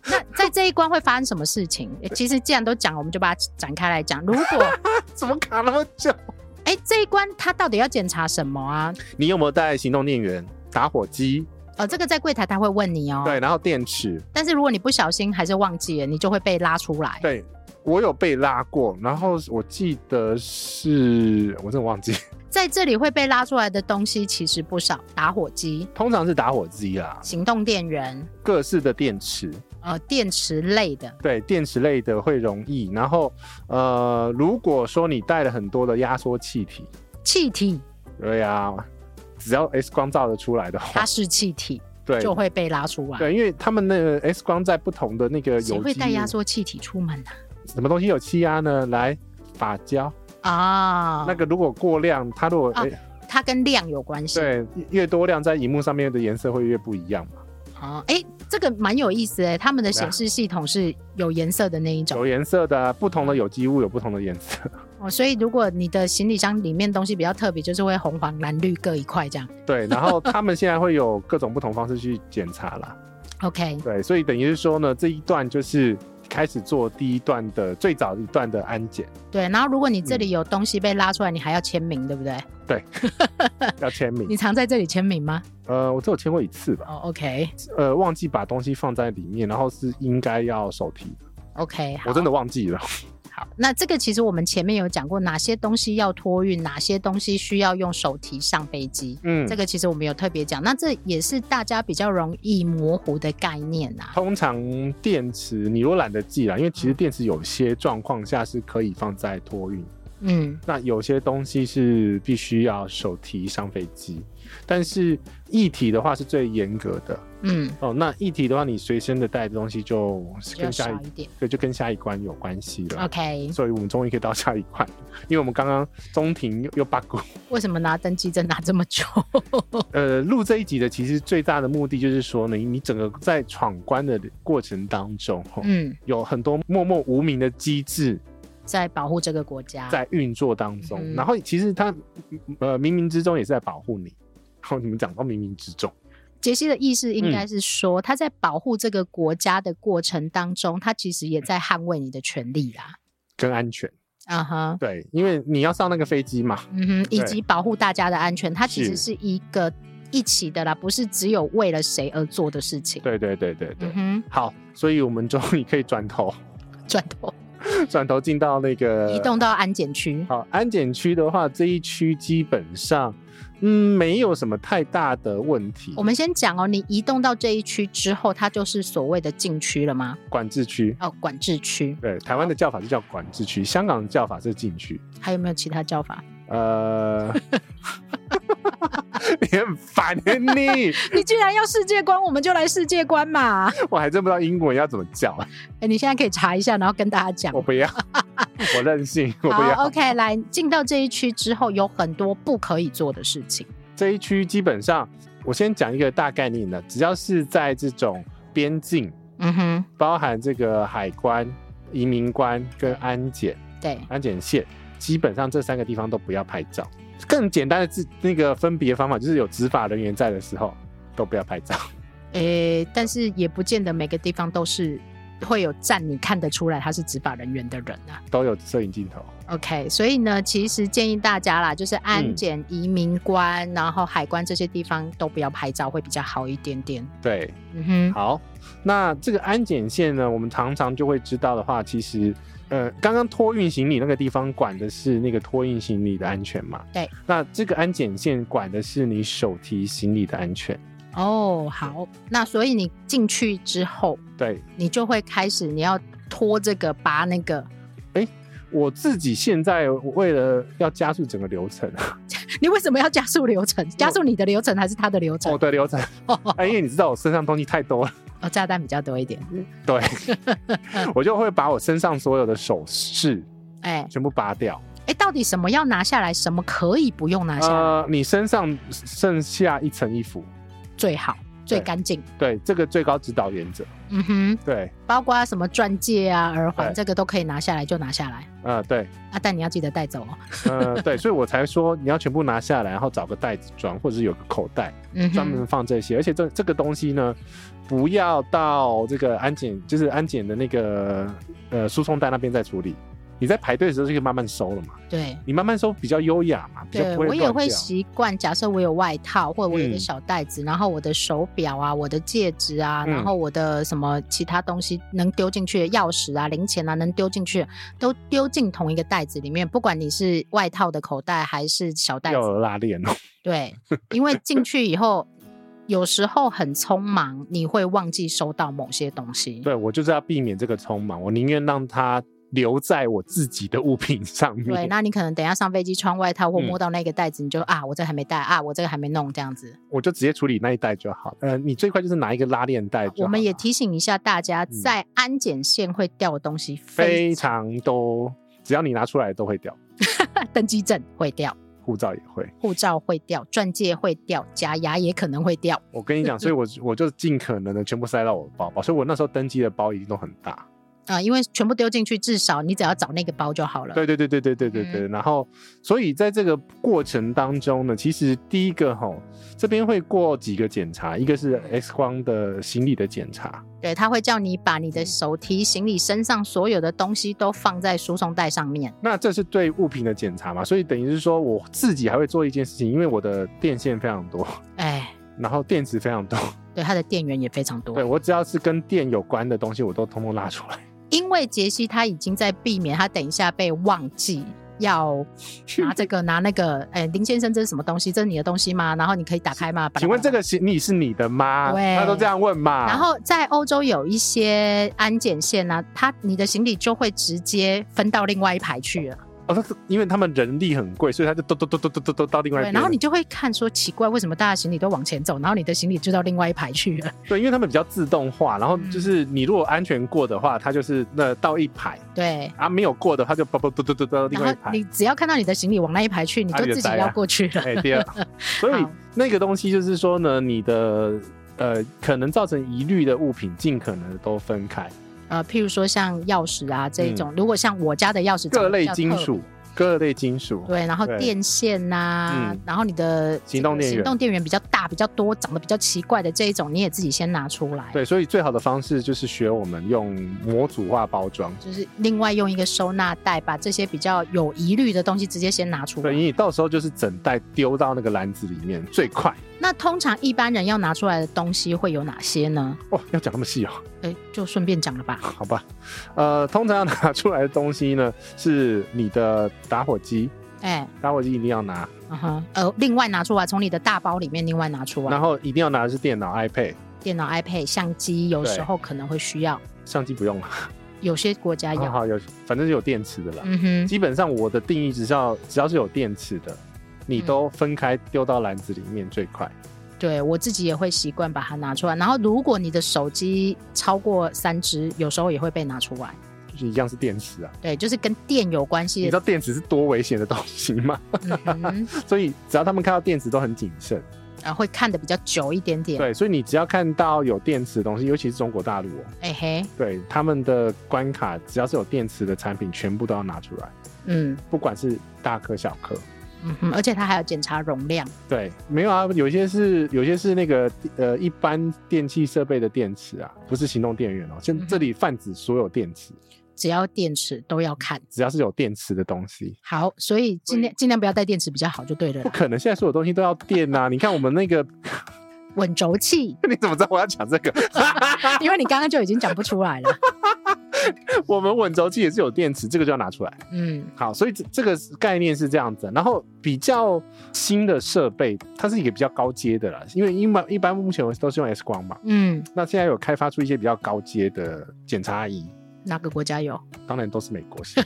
[SPEAKER 2] 那在这一关会发生什么事 情？其实既然都讲，我们就把它展开来讲。如果
[SPEAKER 3] 怎么卡那么久？
[SPEAKER 2] 哎、这一关他到底要检查什么啊？
[SPEAKER 3] 你有没有带行动电源、打火机？
[SPEAKER 2] 哦，这个在柜台他会问你哦。
[SPEAKER 3] 对，然后电池，
[SPEAKER 2] 但是如果你不小心还是忘记了，你就会被拉出来。
[SPEAKER 3] 对，我有被拉过，然后我记得是我真的忘记，
[SPEAKER 2] 在这里会被拉出来的东西其实不少：打火机、
[SPEAKER 3] 通常是打火机啦，
[SPEAKER 2] 行动电源、
[SPEAKER 3] 各式的电池，
[SPEAKER 2] 呃电池类的。
[SPEAKER 3] 对，电池类的会容易。然后呃，如果说你带了很多的压缩气体，
[SPEAKER 2] 气体，
[SPEAKER 3] 对呀、只要 X 光照得出来的话
[SPEAKER 2] 它，是气体，
[SPEAKER 3] 对
[SPEAKER 2] 就会被拉出来。
[SPEAKER 3] 对，因为他们那个 X 光在不同的那个
[SPEAKER 2] 谁
[SPEAKER 3] 有
[SPEAKER 2] 会
[SPEAKER 3] 机
[SPEAKER 2] 带压
[SPEAKER 3] 物
[SPEAKER 2] 缩气体出门啊呢、
[SPEAKER 3] 什么东西有气压呢？来。发胶
[SPEAKER 2] 啊？啊，
[SPEAKER 3] 那个如果过量，它如果
[SPEAKER 2] 啊
[SPEAKER 3] 哎、
[SPEAKER 2] 它跟量有关系。
[SPEAKER 3] 对，越多亮在荧幕上面的颜色会越不一样嘛。
[SPEAKER 2] 哦，哎，这个蛮有意思哎，他们的显示系统是有颜色的那一种
[SPEAKER 3] 有颜色的啊、不同的有机物有不同的颜色。
[SPEAKER 2] 哦，所以如果你的行李箱里面东西比较特别，就是会红黄蓝绿各一块这样。
[SPEAKER 3] 对，然后他们现在会有各种不同方式去检查啦。
[SPEAKER 2] OK，
[SPEAKER 3] 对，所以等于是说呢，这一段就是开始做第一段的最早一段的安 检，
[SPEAKER 2] 对，然后如果你这
[SPEAKER 3] 嗯
[SPEAKER 2] 里有东西被拉出来，你还要签名，对不对？
[SPEAKER 3] 要签
[SPEAKER 2] 你
[SPEAKER 3] 名。
[SPEAKER 2] 常在这里签名吗？
[SPEAKER 3] 呃，我只有签过一次吧，
[SPEAKER 2] 哦，OK，OK，、
[SPEAKER 3] 呃，忘记把东西放在里面，然后是应该要手提的，
[SPEAKER 2] 好
[SPEAKER 3] 我真的忘记了。
[SPEAKER 2] 好。那这个其实我们前面有讲过，哪些东西要托运，哪些东西需要用手提上飞机，
[SPEAKER 3] 嗯，
[SPEAKER 2] 这个其实我们有特别讲。那这也是大家比较容易模糊的概念啊。
[SPEAKER 3] 通常电池你如果懒得记
[SPEAKER 2] 嗯
[SPEAKER 3] 啦，因为其实电池有些状况下是可以放在托运，
[SPEAKER 2] 嗯，
[SPEAKER 3] 那有些东西是必须要手提上飞机，但是液体的话是最严格的
[SPEAKER 2] 嗯，
[SPEAKER 3] 哦。那液体的话，你随身的带的东西就
[SPEAKER 2] 比较
[SPEAKER 3] 跟下
[SPEAKER 2] 少
[SPEAKER 3] 一
[SPEAKER 2] 一点。啊
[SPEAKER 3] 对就跟下一关有关系了。
[SPEAKER 2] OK，
[SPEAKER 3] 所以我们终于可以到下一关，因为我们刚刚中庭又又 bug
[SPEAKER 2] 为什么拿登机证拿这么久？
[SPEAKER 3] 呃，录这一集的其实最大的目的就是说呢，你整个在闯关的过程当中，哦
[SPEAKER 2] 嗯，
[SPEAKER 3] 有很多默默无名的机制
[SPEAKER 2] 在保护这个国家。
[SPEAKER 3] 在运作当中，
[SPEAKER 2] 嗯
[SPEAKER 3] 然后其实它呃冥冥之中也是在保护你。然后你们讲到冥冥之中，
[SPEAKER 2] 杰西的意思应该是说，他在保护这个国家的过程当中，他其实也在捍卫你的权利啦。
[SPEAKER 3] 跟安全，
[SPEAKER 2] 啊哈，
[SPEAKER 3] 对，因为你要上那个飞机嘛，
[SPEAKER 2] 嗯哼，以
[SPEAKER 3] 对
[SPEAKER 2] 及保护大家的安全，它其实
[SPEAKER 3] 是
[SPEAKER 2] 是一个一起的啦，不是只有为了谁而做的事情。
[SPEAKER 3] 对对对对对。
[SPEAKER 2] 嗯
[SPEAKER 3] 好，所以我们终于可以转头，
[SPEAKER 2] 哼，转头
[SPEAKER 3] 转头进到那个
[SPEAKER 2] 移动到安检区。
[SPEAKER 3] 好，安检区的话，这一区基本上，嗯，没有什么太大的问题。
[SPEAKER 2] 我们先讲哦，你移动到这一区之后，它就是所谓的禁区了吗？
[SPEAKER 3] 管制区，
[SPEAKER 2] 哦，管制区，
[SPEAKER 3] 对，台湾的叫法是叫管制
[SPEAKER 2] 哦
[SPEAKER 3] 区，香港的叫法是禁区。
[SPEAKER 2] 还有没有其他叫法？
[SPEAKER 3] 呃， 你很烦欸你，
[SPEAKER 2] 你既然要世界观，我们就来世界观嘛。
[SPEAKER 3] 我还真不知道英文要怎么叫，
[SPEAKER 2] 哎、你现在可以查一下，然后跟大家讲
[SPEAKER 3] 我。不要，我任性，我不
[SPEAKER 2] 好
[SPEAKER 3] 要。
[SPEAKER 2] ，OK，来进到这一区之后，有很多不可以做的事情。
[SPEAKER 3] 这一区基本上，我先讲一个大概念的，只要是在这种边境，
[SPEAKER 2] 嗯哼，
[SPEAKER 3] 包含这个海关、移民关跟安检。
[SPEAKER 2] 对，
[SPEAKER 3] 安检线，基本上这三个地方都不要拍照。更简单的自那个分别方法就是有执法人员在的时候都不要拍照。
[SPEAKER 2] 诶、但是也不见得每个地方都是会有站，你看得出来他是执法人员的人啊。
[SPEAKER 3] 都有摄影镜头，
[SPEAKER 2] OK，所以呢，其实建议大家啦，就是
[SPEAKER 3] 嗯
[SPEAKER 2] 安检、移民关，然后海关这些地方都不要拍照，会比较好一点点。
[SPEAKER 3] 对，
[SPEAKER 2] 嗯哼，
[SPEAKER 3] 好，那这个安检线呢，我们常常就会知道的话，其实，呃，刚刚托运行李那个地方管的是那个托运行李的安全嘛，
[SPEAKER 2] 对，
[SPEAKER 3] 那这个安检线管的是你手提行李的安全，
[SPEAKER 2] 哦，好，那所以你进去之后，
[SPEAKER 3] 对
[SPEAKER 2] 你就会开始你要拖这个、拔那个，
[SPEAKER 3] 我自己现在为了要加速整个流程，
[SPEAKER 2] 你为什么要加速流程？加速你的流程还是他的流程
[SPEAKER 3] 我？的哦流程，哎，因为你知道我身上东西太多了。
[SPEAKER 2] 哦，炸弹比较多一点。
[SPEAKER 3] 对，我就会把我身上所有的首饰
[SPEAKER 2] 哎
[SPEAKER 3] 全部拔掉。
[SPEAKER 2] 哎，到底什么要拿下来，什么可以不用拿下来、
[SPEAKER 3] 呃，你身上剩下一层衣服，
[SPEAKER 2] 最好最
[SPEAKER 3] 对
[SPEAKER 2] 干净？
[SPEAKER 3] 对，这个最高指导原则。
[SPEAKER 2] 嗯哼，
[SPEAKER 3] 对，
[SPEAKER 2] 包括什么钻戒啊、耳环，
[SPEAKER 3] 对
[SPEAKER 2] 这个都可以拿下来就拿下来
[SPEAKER 3] 呃，对，
[SPEAKER 2] 啊，但你要记得带走哦。
[SPEAKER 3] 呃，对，所以我才说你要全部拿下来，然后找个袋子装，或者是有个口袋
[SPEAKER 2] 嗯
[SPEAKER 3] 专
[SPEAKER 2] 哼，
[SPEAKER 3] 门放这些。而且这这个东西呢，不要到这个安检，就是安检的那个呃输送带那边再处理。你在排队的时候就可以慢慢收了嘛，
[SPEAKER 2] 对
[SPEAKER 3] 你慢慢收比较优雅嘛，比较
[SPEAKER 2] 对，
[SPEAKER 3] 不会
[SPEAKER 2] 我也
[SPEAKER 3] 乱
[SPEAKER 2] 会
[SPEAKER 3] 掉
[SPEAKER 2] 习惯。假设我有外套，或者我有一个
[SPEAKER 3] 嗯
[SPEAKER 2] 小袋子，然后我的手表啊、我的戒指啊，
[SPEAKER 3] 嗯
[SPEAKER 2] 然后我的什么其他东西能丢进去的钥匙啊、零钱啊，能丢进去的都丢进同一个袋子里面。不管你是外套的口袋还是小袋
[SPEAKER 3] 要
[SPEAKER 2] 子，
[SPEAKER 3] 有拉链哦。
[SPEAKER 2] 对，因为进去以后，有时候很匆忙，你会忘记收到某些东西。
[SPEAKER 3] 对我就是要避免这个匆忙，我宁愿让它留在我自己的物品上面。
[SPEAKER 2] 对，那你可能等一下上飞机穿外套或
[SPEAKER 3] 嗯
[SPEAKER 2] 摸到那个袋子，你就啊，我这个还没带啊，我这个还没弄这样子。
[SPEAKER 3] 我就直接处理那一袋就好。呃，你最快就是拿一个拉链袋就好了。
[SPEAKER 2] 我们也提醒一下大家，
[SPEAKER 3] 嗯
[SPEAKER 2] 在安检线会掉的东西非，
[SPEAKER 3] 非常多，只要你拿出来都会掉。
[SPEAKER 2] 登机证会掉，
[SPEAKER 3] 护照也会。
[SPEAKER 2] 护照会掉，钻戒会掉，假牙也可能会掉。
[SPEAKER 3] 我跟你讲，所以我我就尽可能的全部塞到我的包包，所以我那时候登机的包一定都很大。
[SPEAKER 2] 啊、因为全部丢进去，至少你只要找那个包就好了。
[SPEAKER 3] 对对对对对对对对。然后，所以在这个过程当中呢，其实第一个吼，这边会过几个检查，一个是 X 光的行李的检查，
[SPEAKER 2] 对，他会叫你把你
[SPEAKER 3] 嗯
[SPEAKER 2] 的手提行李身上所有的东西都放在输送带上面。
[SPEAKER 3] 那这是对物品的检查嘛，所以等于是说我自己还会做一件事情，因为我的电线非常多，
[SPEAKER 2] 哎，
[SPEAKER 3] 然后电池非常多，
[SPEAKER 2] 对，它的电源也非常多
[SPEAKER 3] 对。我只要是跟电有关的东西，我都通通拉出来。
[SPEAKER 2] 因为杰西他已经在避免他等一下被忘记 要拿这个拿那个。哎，林先生，这是什么东西？这是你的东西吗？然后你可以打开吗？
[SPEAKER 3] 请问这
[SPEAKER 2] 个？
[SPEAKER 3] 个行李是你的吗？
[SPEAKER 2] 对
[SPEAKER 3] 他都这样问嘛。
[SPEAKER 2] 然后在欧洲有一些安检线呢、啊，他你的行李就会直接分到另外一排去了。
[SPEAKER 3] 哦，他是因为他们人力很贵，所以他就嘟嘟嘟嘟嘟嘟嘟到另外一
[SPEAKER 2] 对，
[SPEAKER 3] 边。
[SPEAKER 2] 然后你就会看说奇怪，为什么大家行李都往前走，然后你的行李就到另外一排去 了？
[SPEAKER 3] 对，因为他们比较自动化，然后
[SPEAKER 2] 嗯
[SPEAKER 3] 就是你如果安全过的话，它就是那到一排
[SPEAKER 2] 对。
[SPEAKER 3] 啊，没有过的话就叭叭嘟嘟嘟嘟到另
[SPEAKER 2] 然
[SPEAKER 3] 外一
[SPEAKER 2] 后
[SPEAKER 3] 排。
[SPEAKER 2] 你只要看到你的行李往那一排去，你就
[SPEAKER 3] 啊你就
[SPEAKER 2] 自己
[SPEAKER 3] 栽
[SPEAKER 2] 要
[SPEAKER 3] 啊
[SPEAKER 2] 过去了。
[SPEAKER 3] 哎，第二， 所以
[SPEAKER 2] 好
[SPEAKER 3] 那个东西就是说呢，你的呃可能造成疑虑的物品，尽可能都分开，
[SPEAKER 2] 呃，譬如说像钥匙啊这一种，如果像我家的钥匙，
[SPEAKER 3] 嗯各类金，属，各类金属，
[SPEAKER 2] 对，然后
[SPEAKER 3] 对
[SPEAKER 2] 电线呐、
[SPEAKER 3] 嗯
[SPEAKER 2] 然后你的这
[SPEAKER 3] 行
[SPEAKER 2] 个
[SPEAKER 3] 动电
[SPEAKER 2] 行
[SPEAKER 3] 源
[SPEAKER 2] 动电源比较大、比较多、长得比较奇怪的这一种，你也自己先拿出来。
[SPEAKER 3] 对，所以最好的方式就是学我们用模组化包装。
[SPEAKER 2] 就是另外用一个收纳袋，把这些比较有疑虑的东西直接先拿出
[SPEAKER 3] 对，因
[SPEAKER 2] 来。
[SPEAKER 3] 为你到时候就是整袋丢到那个篮子里面最快。
[SPEAKER 2] 那通常一般人要拿出来的东西会有哪些呢？
[SPEAKER 3] 哇，要讲那么细哦、
[SPEAKER 2] 哎，就顺便讲了吧。
[SPEAKER 3] 好吧，呃，通常要拿出来的东西呢，是你的打火机，
[SPEAKER 2] 哎，
[SPEAKER 3] 打火机一定要拿，
[SPEAKER 2] 嗯哼，呃，另外拿出来，从你的大包里面另外拿出来
[SPEAKER 3] 然，后一定要拿的是电脑、iPad，
[SPEAKER 2] 电脑、iPad、相机，有
[SPEAKER 3] 对
[SPEAKER 2] 时候可能会需要，
[SPEAKER 3] 相机不用了，
[SPEAKER 2] 有些国家有
[SPEAKER 3] 好。好有，反正是有电池的啦。
[SPEAKER 2] 哎嗯哼，
[SPEAKER 3] 基本上我的定义，只要只要是有电池的，你都分开丢到篮子里面最快。
[SPEAKER 2] 对我自己也会习惯把它拿出来。然后，如果你的手机超过三只，有时候也会被拿出来。
[SPEAKER 3] 就是一样是电池啊，
[SPEAKER 2] 对，就是跟电有关
[SPEAKER 3] 你
[SPEAKER 2] 系
[SPEAKER 3] 知
[SPEAKER 2] 的。
[SPEAKER 3] 道电池是多危险的东西吗？
[SPEAKER 2] 嗯哼，
[SPEAKER 3] 所以只要他们看到电池都很谨慎。
[SPEAKER 2] 啊，会看的比较久一点点。
[SPEAKER 3] 对，所以你只要看到有电池的东西，尤其是中国大陆哦，
[SPEAKER 2] 哎嘿，
[SPEAKER 3] 对他们的关卡，只要是有电池的产品，全部都要拿出来。
[SPEAKER 2] 嗯
[SPEAKER 3] 不管是大颗小颗。
[SPEAKER 2] 嗯哼，而且它还有检查容量。
[SPEAKER 3] 对，没有啊，有些是有些是那个呃一般电器设备的电池啊，不是行动电源哦。像
[SPEAKER 2] 嗯哼
[SPEAKER 3] 这里泛指所有电池，
[SPEAKER 2] 只要电池都要看
[SPEAKER 3] 只要是有电池的东西，
[SPEAKER 2] 好，所以尽量尽量不要带电池比较好就对了
[SPEAKER 3] 不
[SPEAKER 2] 啦。
[SPEAKER 3] 可能现在所有东西都要电啊呐、你看我们那个，
[SPEAKER 2] 稳轴器，
[SPEAKER 3] 你怎么知道我要讲这个？
[SPEAKER 2] 因为你刚刚就已经讲不出来了。
[SPEAKER 3] 我们稳轴器也是有电池，这个就要拿出来。
[SPEAKER 2] 嗯，
[SPEAKER 3] 好，所以这这个概念是这样子。然后比较新的设备，它是一个比较高阶的啦，因为一般一般目前都是用 X 光嘛。
[SPEAKER 2] 嗯，
[SPEAKER 3] 那现在有开发出一些比较高阶的检查仪，
[SPEAKER 2] 哪个国家有？
[SPEAKER 3] 当然都是美国先。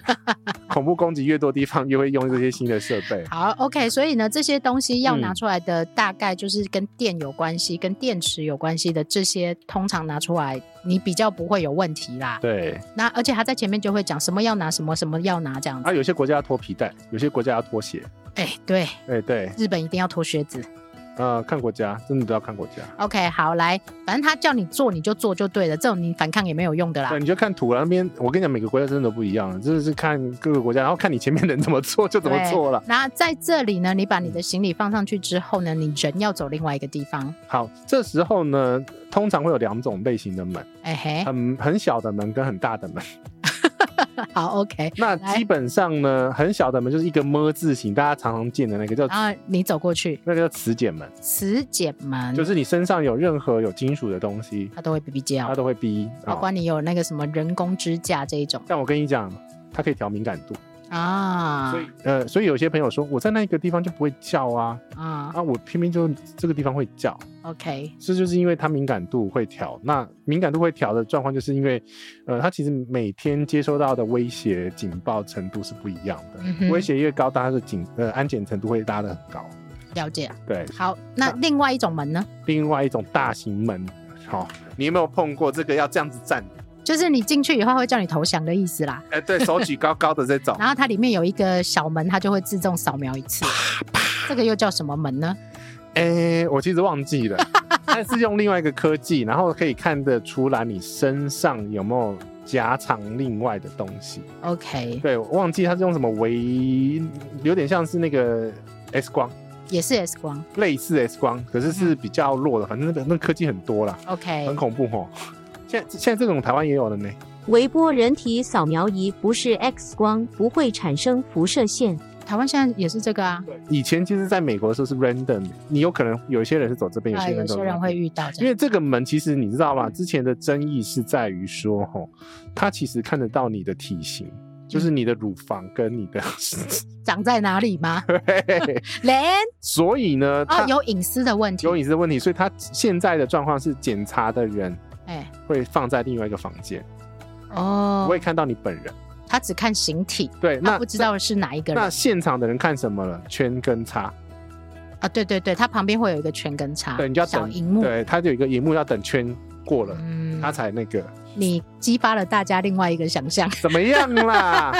[SPEAKER 3] 恐怖攻击越多地方，越会用这些新的设备。
[SPEAKER 2] 好，OK，所以呢，这些东西要拿
[SPEAKER 3] 嗯
[SPEAKER 2] 出来的大概就是跟电有关系、跟电池有关系的这些，通常拿出来你比较不会有问题啦。
[SPEAKER 3] 对，
[SPEAKER 2] 那而且他在前面就会讲什么要拿什么，什么要拿这样子
[SPEAKER 3] 啊，。有些国家要脱皮带，有些国家要脱鞋。
[SPEAKER 2] 哎、对，
[SPEAKER 3] 哎、对，
[SPEAKER 2] 日本一定要脱靴子。
[SPEAKER 3] 呃，看国家，真的都要看国家。
[SPEAKER 2] OK，好，来，反正他叫你做你就做就对了，这种你反抗也没有用的啦
[SPEAKER 3] 对，。你就看图了。啊那边我跟你讲，每个国家真的都不一样，真的是看各个国家，然后看你前面人怎么做就怎么
[SPEAKER 2] 对
[SPEAKER 3] 做了。
[SPEAKER 2] 那在这里呢，你把你的行李放上去之后呢，你人要走另外一个地方。
[SPEAKER 3] 好，这时候呢，通常会有两种类型的门，
[SPEAKER 2] 哎嘿，
[SPEAKER 3] 很很小的门跟很大的门。
[SPEAKER 2] 好，OK。
[SPEAKER 3] 那基本上呢，很小的门就是一个么字形，大家常常见的那个叫
[SPEAKER 2] 然后你走过去，
[SPEAKER 3] 那个叫磁检门，
[SPEAKER 2] 磁检门，
[SPEAKER 3] 就是你身上有任何有金属的东西，
[SPEAKER 2] 它都会哔哔叫
[SPEAKER 3] 它。都会逼
[SPEAKER 2] 包
[SPEAKER 3] 啊。
[SPEAKER 2] 括你有那个什么人工支架这一种
[SPEAKER 3] 但我跟你讲，它可以调敏感度，
[SPEAKER 2] 啊，
[SPEAKER 3] 所以呃，所以有些朋友说我在那个地方就不会叫啊，
[SPEAKER 2] 啊
[SPEAKER 3] 啊，我偏偏就这个地方会叫，
[SPEAKER 2] ，OK，
[SPEAKER 3] 这就是因为它敏感度会调。那敏感度会调的状况，就是因为呃，它其实每天接收到的威胁警报程度是不一样的，
[SPEAKER 2] 嗯哼
[SPEAKER 3] 威胁越高，它的警呃安检程度会拉得很高。
[SPEAKER 2] 了解。
[SPEAKER 3] 对，
[SPEAKER 2] 好，那另外一种门呢？
[SPEAKER 3] 另外一种大型门，好、你有没有碰过这个要这样子站？
[SPEAKER 2] 就是你进去以后会叫你投降的意思啦。
[SPEAKER 3] 哎，对手举高高的这 种，
[SPEAKER 2] 然后它里面有一个小门，它就会自动扫描一次。这个又叫什么门呢？
[SPEAKER 3] 哎，我其实忘记了，但是用另外一个科技，然后可以看得出来你身上有没有夹藏另外的东西。
[SPEAKER 2] OK，
[SPEAKER 3] 对，我忘记它是用什么微，有点像是那个 X 光，
[SPEAKER 2] 也是 S 光。
[SPEAKER 3] 类似 X 光，可是
[SPEAKER 2] 嗯
[SPEAKER 3] 是比较弱的，反正那个那科技很多啦，很
[SPEAKER 2] OK，
[SPEAKER 3] 恐怖哦。现在现在这种台湾也有了呢。
[SPEAKER 1] 微波人体扫描仪不是 X 光，不会产生辐射线。
[SPEAKER 2] 台湾现在也是这个啊，
[SPEAKER 3] 以前其实，在美国的时候是 random，你有可能有一些人是走这边，有
[SPEAKER 2] 啊
[SPEAKER 3] 些
[SPEAKER 2] 有
[SPEAKER 3] 人走
[SPEAKER 2] 些
[SPEAKER 3] 那
[SPEAKER 2] 人会嗯
[SPEAKER 3] 边。
[SPEAKER 2] 遇到这
[SPEAKER 3] 因
[SPEAKER 2] 样。
[SPEAKER 3] 为这个门其实你知道吗？之前的争议是在于说，吼，它其实看得到你的体型，就是
[SPEAKER 2] 嗯
[SPEAKER 3] 你的乳房跟你的，
[SPEAKER 2] 长在哪里吗？
[SPEAKER 3] 对，
[SPEAKER 2] 人
[SPEAKER 3] 所以呢，
[SPEAKER 2] 啊，
[SPEAKER 3] 它
[SPEAKER 2] 有隐私的问题。
[SPEAKER 3] 有隐私的问题，所以它现在的状况是检查的人
[SPEAKER 2] 哎，
[SPEAKER 3] 会放在另外一个房间，不
[SPEAKER 2] 哦
[SPEAKER 3] 会，看到你本人。
[SPEAKER 2] 他只看形体，
[SPEAKER 3] 对，那
[SPEAKER 2] 他不知道是哪一个
[SPEAKER 3] 那那
[SPEAKER 2] 人
[SPEAKER 3] 现场的人看什么了？圈跟叉，
[SPEAKER 2] 啊。对对对，他旁边会有一个圈跟叉，
[SPEAKER 3] 对，你就要
[SPEAKER 2] 小
[SPEAKER 3] 等
[SPEAKER 2] 荧幕。
[SPEAKER 3] 对，它就有一个荧幕要等圈过了，
[SPEAKER 2] 嗯
[SPEAKER 3] 它才那个
[SPEAKER 2] 你激发了大家另外一个想象。
[SPEAKER 3] 怎么 样啦？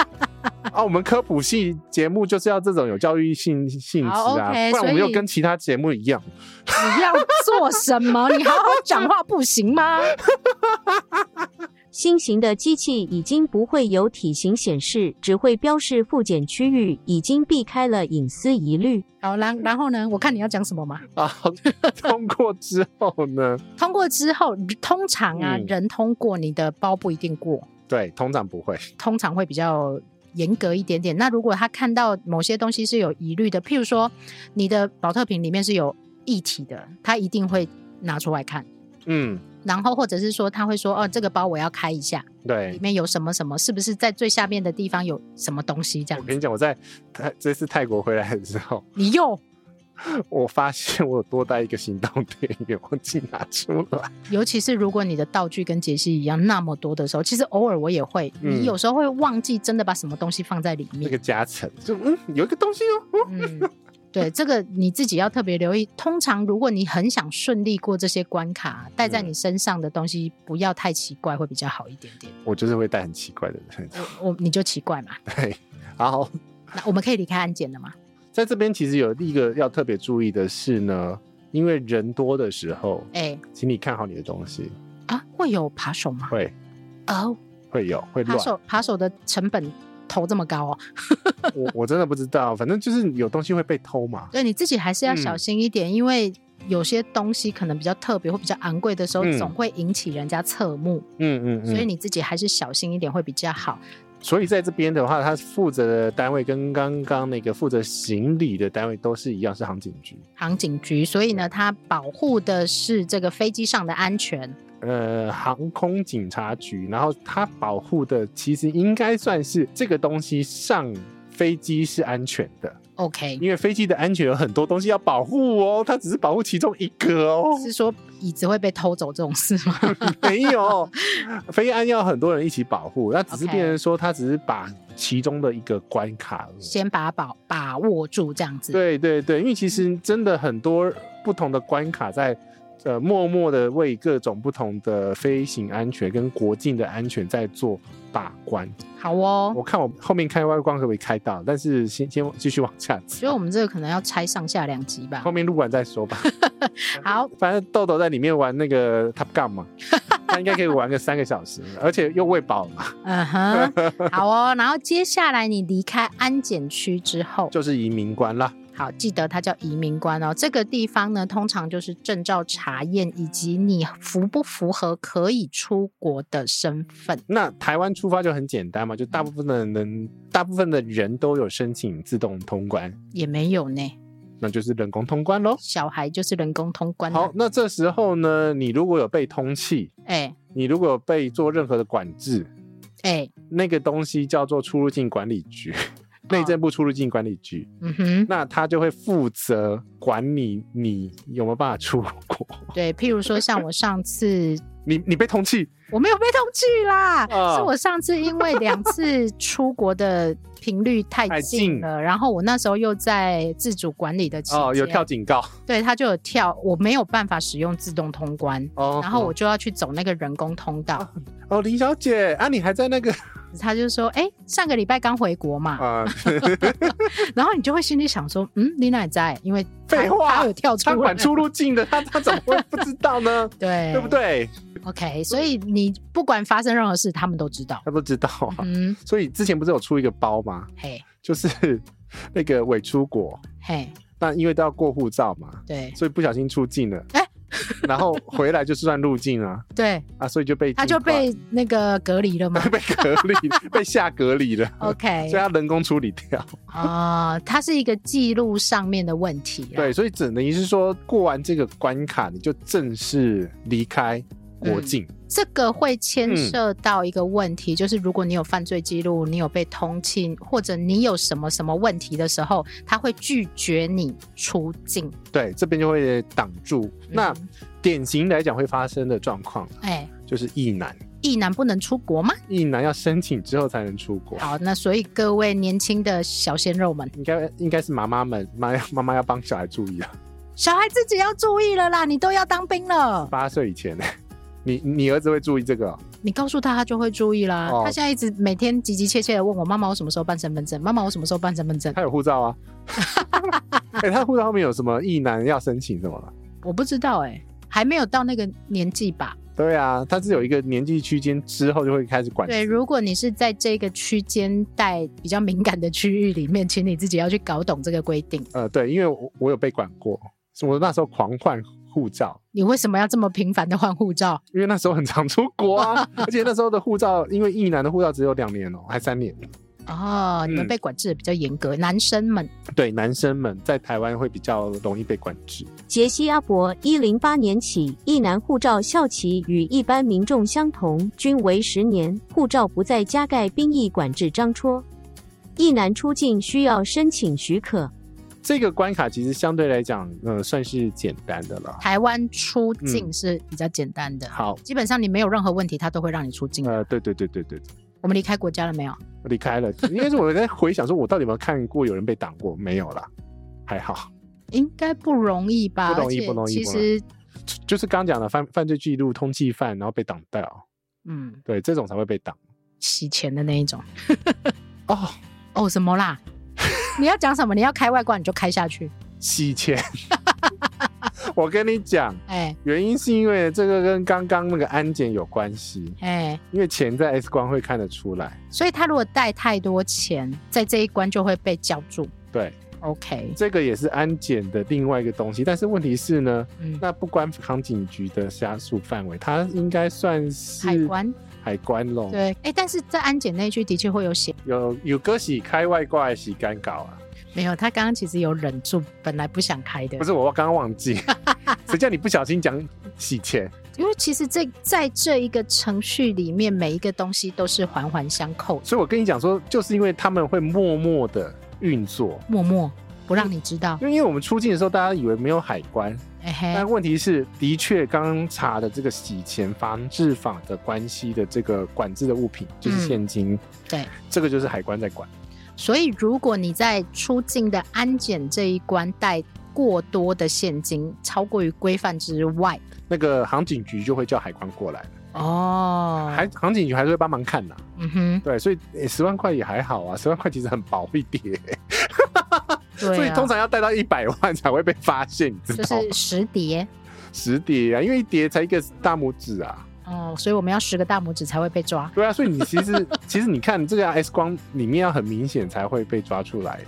[SPEAKER 3] 啊，我们科普系节目就是要这种有教育性性质
[SPEAKER 2] 好
[SPEAKER 3] 啊，
[SPEAKER 2] ，OK，
[SPEAKER 3] 不然我们又
[SPEAKER 2] 所以
[SPEAKER 3] 跟其他节目一 样。
[SPEAKER 2] 你要做什么？你好好讲话不行 吗？
[SPEAKER 1] 新型的机器已经不会有体型显示，只会标示附检区域，已经避开了隐私疑虑。
[SPEAKER 2] 好，然然后呢？我看你要讲什么嘛？
[SPEAKER 3] 啊， 通过之后呢，
[SPEAKER 2] 通过之后，通常啊，
[SPEAKER 3] 嗯
[SPEAKER 2] 人通过你的包不一定过，
[SPEAKER 3] 对，通常不会。
[SPEAKER 2] 通常会比较严格一点点。那如果他看到某些东西是有疑虑的，譬如说你的保特瓶里面是有液体的，他一定会拿出来看。
[SPEAKER 3] 嗯，
[SPEAKER 2] 然后或者是说他会说哦，这个包我要开一下，里
[SPEAKER 3] 对。
[SPEAKER 2] 面有什么什么，是不是在最下面的地方有什么东西这
[SPEAKER 3] 我
[SPEAKER 2] 样
[SPEAKER 3] 跟
[SPEAKER 2] 子？
[SPEAKER 3] 你讲，我在泰这次泰国回来的时候，
[SPEAKER 2] 你又
[SPEAKER 3] 我发现我有多带一个行动电源，忘记拿出来。
[SPEAKER 2] 尤其是如果你的道具跟杰西一样那么多的时候，其实偶尔我也会，
[SPEAKER 3] 嗯
[SPEAKER 2] 你有时候会忘记真的把什么东西放在里
[SPEAKER 3] 那
[SPEAKER 2] 面。
[SPEAKER 3] 个夹层，就嗯，有一个东西哦，
[SPEAKER 2] 嗯，对，这个你自己要特别留意。通常如果你很想顺利过这些关卡，带在你身上的东西不要太奇怪，会比较好一点点。
[SPEAKER 3] 我就是会带很奇怪的人。
[SPEAKER 2] 我我你就奇怪嘛。
[SPEAKER 3] 对，然后
[SPEAKER 2] 那我们可以离开安检了吗？
[SPEAKER 3] 在这边其实有一个要特别注意的是呢，因为人多的时候，
[SPEAKER 2] 哎、
[SPEAKER 3] 请你看好你的东西，
[SPEAKER 2] 啊，会有扒手吗？
[SPEAKER 3] 会
[SPEAKER 2] 哦，
[SPEAKER 3] 会有会
[SPEAKER 2] 扒
[SPEAKER 3] 乱。
[SPEAKER 2] 手扒手的成本投这么高哦，
[SPEAKER 3] 我我真的不知道，反正就是有东西会被偷嘛。
[SPEAKER 2] 对，你自己还是要
[SPEAKER 3] 嗯
[SPEAKER 2] 小心一点，因为有些东西可能比较特别或比较昂贵的时候，
[SPEAKER 3] 嗯
[SPEAKER 2] 总会引起人家侧目，
[SPEAKER 3] 嗯嗯嗯。
[SPEAKER 2] 所以你自己还是小心一点会比较好。
[SPEAKER 3] 所以在这边的话，他负责的单位跟刚刚那个负责行李的单位都是一样，是航警局。
[SPEAKER 2] 航警局，所以呢，它保护的是这个飞机上的安全。
[SPEAKER 3] 呃，航空警察局，然后它保护的其实应该算是这个东西上飞机是安全的，
[SPEAKER 2] OK，
[SPEAKER 3] 因为飞机的安全有很多东西要保护哦，它只是保护其中一个哦，
[SPEAKER 2] 是说椅子会被偷走这种事 吗？
[SPEAKER 3] 没有，飞安要很多人一起保护，那只是
[SPEAKER 2] OK
[SPEAKER 3] 变成说它只是把其中的一个关卡而已。
[SPEAKER 2] 先把保把握住这样子。
[SPEAKER 3] 对对对，因为其实真的很多不同的关卡在。呃，默默的为各种不同的飞行安全跟国境的安全在做把关。
[SPEAKER 2] 好哦，
[SPEAKER 3] 我看我后面开外挂可不可以开到，但是先先继续往下
[SPEAKER 2] 所以
[SPEAKER 3] 走，
[SPEAKER 2] 我们这个可能要拆上下两集吧
[SPEAKER 3] 后。面录完再说吧。
[SPEAKER 2] 好，
[SPEAKER 3] 反正豆豆在里面玩那个 Top Gun 嘛，他应该可以玩个三个小时，而且又喂饱嘛，
[SPEAKER 2] 嗯哼，好哦。然后接下来你离开安检区之后，
[SPEAKER 3] 就是移民官啦。
[SPEAKER 2] 好，记得它叫移民官哦。这个地方呢，通常就是证照查验以及你符不符合可以出国的身份。
[SPEAKER 3] 那台湾出发就很简单嘛，就大部分的人，大部分的人都有申请自动通关，
[SPEAKER 2] 也没有呢，
[SPEAKER 3] 那就是人工通关喽。
[SPEAKER 2] 小孩就是人工通关、啊
[SPEAKER 3] 好，，那这时候呢，你如果有被通气，
[SPEAKER 2] 哎
[SPEAKER 3] 你如果有被做任何的管制，
[SPEAKER 2] 哎，
[SPEAKER 3] 那个东西叫做出入境管理局，内政部出入境管理局。
[SPEAKER 2] 嗯 哼，
[SPEAKER 3] 那他就会负责管理你有没有办法出国。
[SPEAKER 2] 对，譬如说像我上次
[SPEAKER 3] 你你被通气，
[SPEAKER 2] 我没有被通缉啦，
[SPEAKER 3] 啊
[SPEAKER 2] 是我上次因为两次出国的频率太
[SPEAKER 3] 太
[SPEAKER 2] 近
[SPEAKER 3] 近
[SPEAKER 2] 了，然后我那时候又在自主管理的期间，
[SPEAKER 3] 哦，有跳，警告
[SPEAKER 2] 对，他就有跳，我没有办法使用自动通关，
[SPEAKER 3] 哦。
[SPEAKER 2] 然后我就要去走那个人工通道，
[SPEAKER 3] 哦，林小姐啊，你还在 那个
[SPEAKER 2] 他就说，哎、上个礼拜刚回国嘛，
[SPEAKER 3] 啊？
[SPEAKER 2] 然后你就会心里想说，嗯，你哪在？因为他
[SPEAKER 3] 废话
[SPEAKER 2] 他有跳
[SPEAKER 3] 他
[SPEAKER 2] 出来
[SPEAKER 3] 管，出入境的，他他怎么会不知道呢？
[SPEAKER 2] 对，
[SPEAKER 3] 对不对？
[SPEAKER 2] ？OK，所以你不管发生任何事，他们都知道。
[SPEAKER 3] 他都知道啊。
[SPEAKER 2] 嗯，
[SPEAKER 3] 所以之前不是有出一个包吗？
[SPEAKER 2] 嘿，
[SPEAKER 3] 就是那个伪出国，
[SPEAKER 2] 嘿，
[SPEAKER 3] 那因为都要过护照嘛，
[SPEAKER 2] 对
[SPEAKER 3] 所以不小心出境了，
[SPEAKER 2] 哎
[SPEAKER 3] 然后回来就是算入境啊
[SPEAKER 2] 对，
[SPEAKER 3] 啊，所以就被
[SPEAKER 2] 他就
[SPEAKER 3] 禁管
[SPEAKER 2] 被那个隔离了嘛
[SPEAKER 3] 。被隔离， 被下隔离了。
[SPEAKER 2] OK，
[SPEAKER 3] 所以他人工处理掉，
[SPEAKER 2] 啊、它是一个记录上面的问题啦。
[SPEAKER 3] 对，所以只能于是说过完这个关卡，你就正式离开
[SPEAKER 2] 嗯
[SPEAKER 3] 国境。
[SPEAKER 2] 这个会牵
[SPEAKER 3] 嗯
[SPEAKER 2] 涉到一个问题，就是如果你有犯罪记录，你有被通缉，或者你有什么什么问题的时候，他会拒绝你出境。
[SPEAKER 3] 对，这边就会挡住。
[SPEAKER 2] 嗯
[SPEAKER 3] 那典型来讲会发生的状况啊
[SPEAKER 2] 哎，
[SPEAKER 3] 就是意男，
[SPEAKER 2] 一男不能出国吗？
[SPEAKER 3] 意男要申请之后才能出国。
[SPEAKER 2] 好，那所以各位年轻的小鲜肉们，
[SPEAKER 3] 应该应该是妈妈们妈妈妈要帮小孩注意啊，
[SPEAKER 2] 小孩自己要注意了啦，你都要当兵了，
[SPEAKER 3] 八岁以前，你你儿子会注意这个哦、
[SPEAKER 2] 你告诉他，他就会注意啦。
[SPEAKER 3] 哦
[SPEAKER 2] 他现在一直每天急急切切的问我妈妈，我什么时候办身份证？妈妈，我什么时候办身份证？
[SPEAKER 3] 他有护照 啊。哎、他护照后面有什么意男要申请什么了？
[SPEAKER 2] 我不知道哎、还没有到那个年纪吧？
[SPEAKER 3] 对啊，他是有一个年纪区间之后就会开始管。
[SPEAKER 2] 对，如果你是在这个区间带比较敏感的区域里面，请你自己要去搞懂这个规定。
[SPEAKER 3] 呃，对，因为我我有被管过，是我那时候狂换护照，
[SPEAKER 2] 你为什么要这么频繁的换护照？
[SPEAKER 3] 因为那时候很常出国啊，而且那时候的护照，因为意男的护照只有两年哦、还三年。
[SPEAKER 2] 哦，你们
[SPEAKER 3] 嗯
[SPEAKER 2] 被管制的比较严格，男生们。
[SPEAKER 3] 对，男生们在台湾会比较容易被管制。
[SPEAKER 1] 杰西·阿伯，一零八年起，一男护照效期与一般民众相同，均为十年。护照不再加盖兵役管制章戳。一男出境需要申请许可。
[SPEAKER 3] 这个关卡其实相对来讲，呃，算是简单的了。
[SPEAKER 2] 台湾出境是比较简单的，
[SPEAKER 3] 嗯好，
[SPEAKER 2] 基本上你没有任何问题，他都会让你出境。
[SPEAKER 3] 呃，对对对对对，对
[SPEAKER 2] 我们离开国家了没有？
[SPEAKER 3] 我离开了。应该是我在回想，说我到底有没有看过有人被挡过？没有啦，还好。
[SPEAKER 2] 应该不容易吧？
[SPEAKER 3] 不容易
[SPEAKER 2] 而且
[SPEAKER 3] 不容易
[SPEAKER 2] 其
[SPEAKER 3] 不容
[SPEAKER 2] 实，
[SPEAKER 3] 就就是刚讲的犯犯罪记录、通缉犯，然后被挡到，
[SPEAKER 2] 嗯，
[SPEAKER 3] 对，这种才会被挡。
[SPEAKER 2] 洗钱的那一种。
[SPEAKER 3] 哦，
[SPEAKER 2] 哦，什么 啦？你要讲什么？你要开外挂你就开下去。
[SPEAKER 3] 洗钱。 我跟你讲，
[SPEAKER 2] 哎
[SPEAKER 3] 原因是因为这个跟刚刚那个安检有关系，
[SPEAKER 2] 哎，
[SPEAKER 3] 因为钱在 X 光会看得出来。
[SPEAKER 2] 所以他如果带太多钱，在这一关就会被叫住。
[SPEAKER 3] 对，
[SPEAKER 2] OK，
[SPEAKER 3] 这个也是安检的另外一个东西。但是问题是呢，
[SPEAKER 2] 嗯，
[SPEAKER 3] 那不关航警局的辖属范围，它应该算是
[SPEAKER 2] 海关
[SPEAKER 3] 海关咯。
[SPEAKER 2] 对，哎，但是在安检那一区的确会有写，
[SPEAKER 3] 有有歌喜开外挂的洗干搞啊，
[SPEAKER 2] 没有，他刚刚其实有忍住，本来不想开的
[SPEAKER 3] 不。是我刚刚 忘记，谁叫你不小心讲洗钱？
[SPEAKER 2] 因为其实这在这一个程序里面，每一个东西都是环环相扣，
[SPEAKER 3] 所以我跟你讲说，就是因为他们会默默的运作，
[SPEAKER 2] 默默不让你知道。
[SPEAKER 3] 因为因为我们出境的时候，大家以为没有海关，
[SPEAKER 2] 哎嘿
[SPEAKER 3] 但，问题是，的确刚刚查的这个洗钱防治法的关系的这个管制的物品就是现金，
[SPEAKER 2] 嗯对。
[SPEAKER 3] 这个就是海关在管。
[SPEAKER 2] 所以如果你在出境的安检这一关带过多的现金，超过于规范之外，
[SPEAKER 3] 那个航警局就会叫海关过来，
[SPEAKER 2] 啊哦，
[SPEAKER 3] 还航警局还是会帮忙看呐、
[SPEAKER 2] 嗯哼，
[SPEAKER 3] 对，所以十万块也还好啊，十万块其实很薄一叠，所
[SPEAKER 2] 对、
[SPEAKER 3] 以
[SPEAKER 2] 啊，
[SPEAKER 3] 通常要带到一百万才会被发现，你知
[SPEAKER 2] 就
[SPEAKER 3] 道吗
[SPEAKER 2] 是？十叠
[SPEAKER 3] 十叠啊，因为一叠才一个大拇指啊，
[SPEAKER 2] 哦，所以我们要十个大拇指才会被抓。
[SPEAKER 3] 对啊，所以你其实 其实你看这个 X 光里面要很明显才会被抓出来。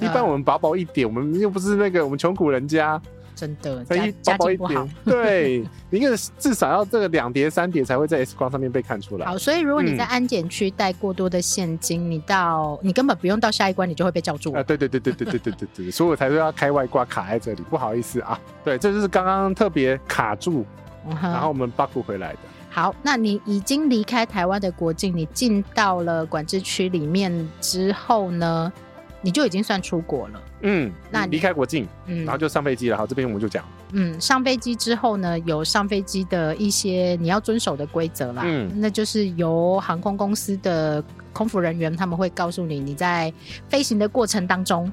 [SPEAKER 3] 一般我们薄薄一点，我们又不是那个我们穷苦人家，
[SPEAKER 2] 嗯真的
[SPEAKER 3] 才一
[SPEAKER 2] 家家
[SPEAKER 3] 薄薄一
[SPEAKER 2] 境不好
[SPEAKER 3] 点。，对，一个至少要这个两叠三叠才会在 X 光上面被看出来
[SPEAKER 2] 好，。所以如果你
[SPEAKER 3] 嗯
[SPEAKER 2] 在安检区带过多的现金，你到你根本不用到下一关，你就会被叫住。
[SPEAKER 3] 啊，对对对对对对对对对，所以我才说要开外挂卡在这里，不好意思啊。对，这就是刚刚特别卡住，
[SPEAKER 2] 嗯哼
[SPEAKER 3] 然后我们 bug 回来的。
[SPEAKER 2] 好，那你已经离开台湾的国境，你进到了管制区里面之后呢，你就已经算出国了。
[SPEAKER 3] 嗯，
[SPEAKER 2] 那你
[SPEAKER 3] 离开国境，
[SPEAKER 2] 嗯
[SPEAKER 3] 然后就上飞机了。好，这边我们就讲，
[SPEAKER 2] 嗯，上飞机之后呢，有上飞机的一些你要遵守的规则啦。
[SPEAKER 3] 嗯
[SPEAKER 2] 那就是由航空公司的空服人员他们会告诉你，你在飞行的过程当中，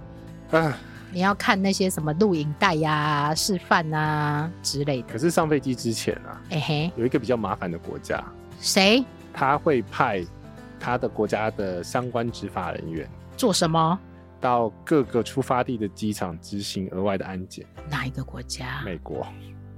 [SPEAKER 3] 啊，
[SPEAKER 2] 你要看那些什么录影带呀、示范啊之类的。
[SPEAKER 3] 可是上飞机之前啊，
[SPEAKER 2] 哎、嘿，
[SPEAKER 3] 有一个比较麻烦的国家，
[SPEAKER 2] 谁
[SPEAKER 3] 他会派他的国家的相关执法人员
[SPEAKER 2] 做什么？
[SPEAKER 3] 到各个出发地的机场执行额外的安检。
[SPEAKER 2] 哪一个国家？
[SPEAKER 3] 美国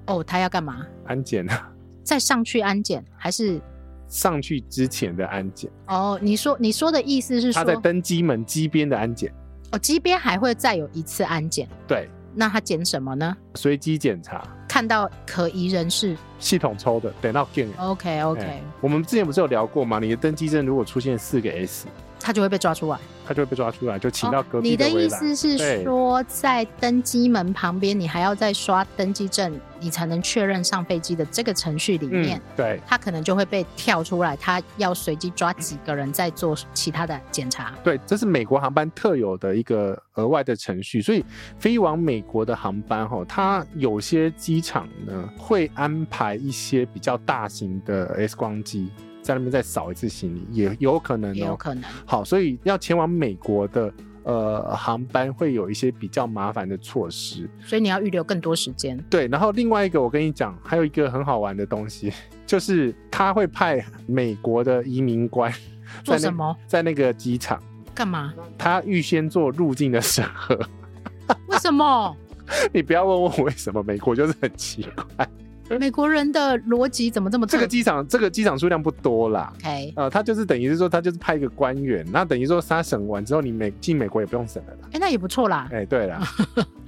[SPEAKER 2] 哦，他要干嘛？
[SPEAKER 3] 安检 啊，
[SPEAKER 2] 再上去安检还是？
[SPEAKER 3] 上去之前的安检，
[SPEAKER 2] 哦，你说你说的意思是
[SPEAKER 3] 他在
[SPEAKER 2] 说，
[SPEAKER 3] 登机门机边的安检，
[SPEAKER 2] 哦，机边还会再有一次安检，
[SPEAKER 3] 对，
[SPEAKER 2] 那他检什么呢？
[SPEAKER 3] 随机检查，
[SPEAKER 2] 看到可疑人士
[SPEAKER 3] 系统抽的，等到 g a
[SPEAKER 2] ，OK OK，、
[SPEAKER 3] 哎我们之前不是有聊过吗？你的登机证如果出现四个 S，
[SPEAKER 2] 他就会被抓出来。
[SPEAKER 3] 他就会被抓出来，就请到隔
[SPEAKER 2] 哦你
[SPEAKER 3] 壁
[SPEAKER 2] 的
[SPEAKER 3] 围
[SPEAKER 2] 意思
[SPEAKER 3] 栏。
[SPEAKER 2] 是
[SPEAKER 3] 对
[SPEAKER 2] 说，在登机门旁边，你还要再刷登机证，你才能确认上飞机的这个程序里面
[SPEAKER 3] 嗯，，对
[SPEAKER 2] 他可能就会被跳出来，他要随机抓几个人再做其他的检查。
[SPEAKER 3] 对，这是美国航班特有的一个额外的程序，所以飞往美国的航班哈，它有些机场呢会安排一些比较大型的 X 光机在那边再扫一次行李，也有可能
[SPEAKER 2] 也有
[SPEAKER 3] 哦。
[SPEAKER 2] 可能，
[SPEAKER 3] 好，所以要前往美国的呃航班会有一些比较麻烦的措施。
[SPEAKER 2] 所以你要预留更多时间。
[SPEAKER 3] 对，然后另外一个我跟你讲，还有一个很好玩的东西，就是他会派美国的移民官
[SPEAKER 2] 做
[SPEAKER 3] 在那
[SPEAKER 2] 什么？
[SPEAKER 3] 在那个机场，
[SPEAKER 2] 干嘛？
[SPEAKER 3] 他预先做入境的审核。
[SPEAKER 2] 为什么？
[SPEAKER 3] 你不要问我为什么，美国就是很奇
[SPEAKER 2] 嗯
[SPEAKER 3] 怪。
[SPEAKER 2] 美国人的逻辑怎么这么
[SPEAKER 3] 嗯这
[SPEAKER 2] 特
[SPEAKER 3] 个机场这个机场数量不多啦。
[SPEAKER 2] ？OK，
[SPEAKER 3] 呃，他就是等于是说，他就是派一个官员，那等于说他审完之后，你美进美国也不用审了啦。
[SPEAKER 2] 哎、那也不错啦。
[SPEAKER 3] 哎、对啦，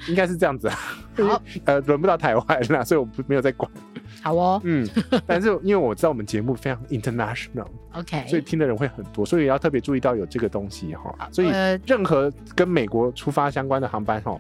[SPEAKER 3] 应该是这样子啊。
[SPEAKER 2] 好，
[SPEAKER 3] 呃，轮不到台湾啦，所以我不没有在 管。
[SPEAKER 2] 好哦
[SPEAKER 3] 嗯，但是因为我知道我们节目非常 international，
[SPEAKER 2] ，OK。
[SPEAKER 3] 嗯所以听的人会很多，所以要特别注意到有这个东西哈。所以
[SPEAKER 2] 呃，
[SPEAKER 3] 任何跟美国出发相关的航班哈，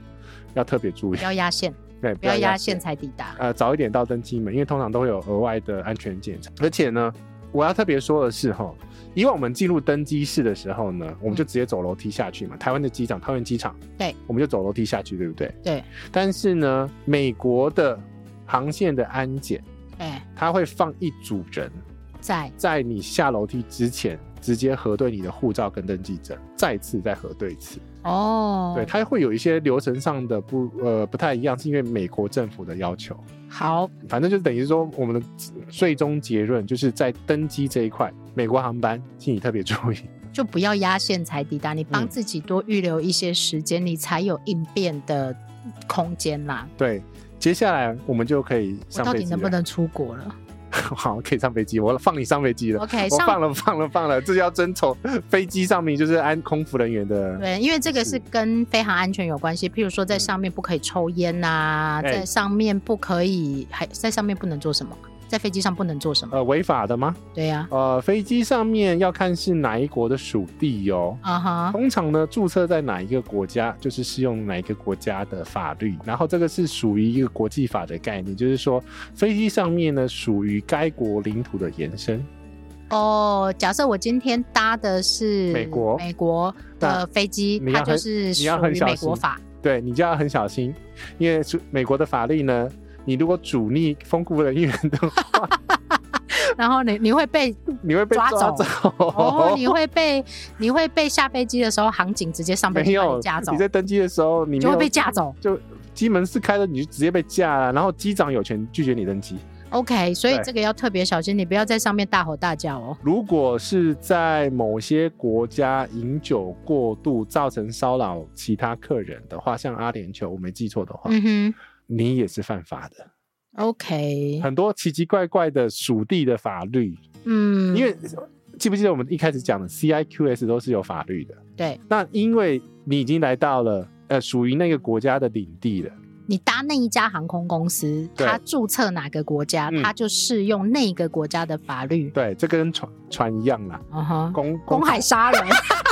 [SPEAKER 3] 要特别注意
[SPEAKER 2] 不，要压线，
[SPEAKER 3] 对，
[SPEAKER 2] 不要压线。才抵达。
[SPEAKER 3] 呃，早一点到登机门，因为通常都会有额外的安全检查。而且呢，我要特别说的是哈，以往我们进入登机室的时候呢，我们就直接走楼梯下去嘛。台湾的机场，桃园机场，
[SPEAKER 2] 嗯对，
[SPEAKER 3] 我们就走楼梯下去，对不对？
[SPEAKER 2] 对。
[SPEAKER 3] 但是呢，美国的航线的安检，
[SPEAKER 2] 哎、
[SPEAKER 3] 它会放一组人
[SPEAKER 2] 在
[SPEAKER 3] 在你下楼梯之前直接核对你的护照跟登记证，再次再核对一次。
[SPEAKER 2] 哦，
[SPEAKER 3] 对，它会有一些流程上的不呃不太一样，是因为美国政府的要求。
[SPEAKER 2] 好，
[SPEAKER 3] 反正就等于说，我们的最终结论就是在登机这一块，美国航班，请你特 别注意。
[SPEAKER 2] 就不要压线才抵达，你帮
[SPEAKER 3] 嗯
[SPEAKER 2] 自己多预留一些时间，你才有应变的空间啦。
[SPEAKER 3] 对，接下来我们就可以
[SPEAKER 2] 我
[SPEAKER 3] 上
[SPEAKER 2] 到
[SPEAKER 3] 飞
[SPEAKER 2] 底
[SPEAKER 3] 机
[SPEAKER 2] 能不
[SPEAKER 3] 了。
[SPEAKER 2] 能出国了
[SPEAKER 3] 好，可以上飞机，我放你上飞机了。
[SPEAKER 2] ？OK，
[SPEAKER 3] 我放
[SPEAKER 2] 上
[SPEAKER 3] 了，放了，放了，这要遵从飞机上面就是安空服人员的。
[SPEAKER 2] 对，因为这个是跟飞行安全有关系。譬如说，在
[SPEAKER 3] 嗯
[SPEAKER 2] 上面不可以抽烟呐、
[SPEAKER 3] 哎
[SPEAKER 2] 在上面不可以，还在上面不能做什么，在飞机上不能做什么。
[SPEAKER 3] 呃，违法的吗？
[SPEAKER 2] 对啊呀、
[SPEAKER 3] 呃，飞机上面要看是哪一国的属地哦。
[SPEAKER 2] 啊，哈、
[SPEAKER 3] 通常呢，注册在哪一个国家，就是适用哪一个国家的法律。然后这个是属于一个国际法的概念，就是说飞机上面呢属于该国领土的延伸。
[SPEAKER 2] 哦，假设我今天搭的是
[SPEAKER 3] 美国
[SPEAKER 2] 美国的飞机，
[SPEAKER 3] 你
[SPEAKER 2] 它
[SPEAKER 3] 要
[SPEAKER 2] 就
[SPEAKER 3] 很
[SPEAKER 2] 是
[SPEAKER 3] 你
[SPEAKER 2] 属
[SPEAKER 3] 要很
[SPEAKER 2] 于
[SPEAKER 3] 小
[SPEAKER 2] 美国
[SPEAKER 3] 心
[SPEAKER 2] 法。
[SPEAKER 3] 对你就要很小心，因为属美国的法律呢，你如果忤逆风顾人员的话，
[SPEAKER 2] 然后你你会 被
[SPEAKER 3] 你会被
[SPEAKER 2] 抓
[SPEAKER 3] 抓
[SPEAKER 2] 走
[SPEAKER 3] 走。
[SPEAKER 2] 哦， 你会被你会被下飞机的时候，航警直接上飞
[SPEAKER 3] 没
[SPEAKER 2] 机把
[SPEAKER 3] 有
[SPEAKER 2] 你架走
[SPEAKER 3] 你，在登机的时候，你没
[SPEAKER 2] 就会
[SPEAKER 3] 有
[SPEAKER 2] 被架走。
[SPEAKER 3] 就机门是开的，你就直接被架了。然后机长有权拒绝你登机。
[SPEAKER 2] OK，所以
[SPEAKER 3] 对
[SPEAKER 2] 这个要特别小心，你不要在上面大吼大叫哦。
[SPEAKER 3] 如果是在某些国家饮酒过度造成骚扰其他客人的话，像阿联酋，我没记错的话，
[SPEAKER 2] 嗯
[SPEAKER 3] 你也是犯法的。
[SPEAKER 2] 哼，OK，
[SPEAKER 3] 很多奇奇怪怪的属地的法律，
[SPEAKER 2] 嗯，
[SPEAKER 3] 因为记不记得我们一开始讲的 CIQS 都是有法律的。
[SPEAKER 2] 对
[SPEAKER 3] 那因为你已经来到了呃属于那个国家的领地了，
[SPEAKER 2] 你搭那一家航空公司，
[SPEAKER 3] 对
[SPEAKER 2] 它注册哪个国家，
[SPEAKER 3] 嗯
[SPEAKER 2] 它就适用那个国家的法律。
[SPEAKER 3] 对，这跟船船一样啦，
[SPEAKER 2] 嗯哼，
[SPEAKER 3] 公
[SPEAKER 2] 公海杀人。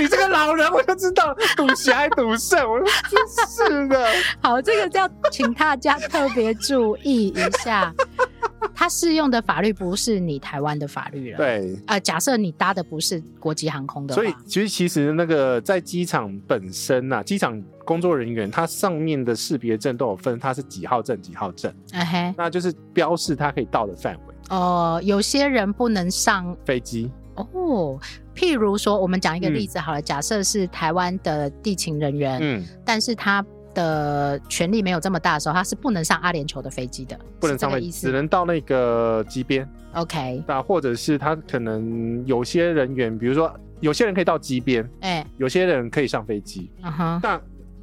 [SPEAKER 3] 你这个老人我就知道赌侠还赌圣，我真是的。
[SPEAKER 2] 好，这个要请大家特别注意一下。 它适用的法律不是你台湾的法律了。，
[SPEAKER 3] 对，
[SPEAKER 2] 呃，假设你搭的不是国际航空的话，
[SPEAKER 3] 所以其实其实那个在机场本身呐、机场工作人员他上面的识别证都有分，他是几号证几号证，
[SPEAKER 2] 嗯嘿，
[SPEAKER 3] 那就是标示他可以到的范围。
[SPEAKER 2] 哦、有些人不能上
[SPEAKER 3] 飞机，
[SPEAKER 2] 哦。譬如说，我们讲一个
[SPEAKER 3] 嗯
[SPEAKER 2] 例子好了，假设是台湾的地勤人员，
[SPEAKER 3] 嗯，
[SPEAKER 2] 但是他的权力没有这么大的时候，他是不能上阿联酋的飞机的，
[SPEAKER 3] 不能上
[SPEAKER 2] 是这个
[SPEAKER 3] 飞机，
[SPEAKER 2] 意
[SPEAKER 3] 只
[SPEAKER 2] 思。
[SPEAKER 3] 能到那个机边。
[SPEAKER 2] OK，
[SPEAKER 3] 那或者是他可能有些人员，比如说有些人可以到机边，
[SPEAKER 2] 哎、
[SPEAKER 3] 有些人可以上飞机。
[SPEAKER 2] 嗯哼，
[SPEAKER 3] 那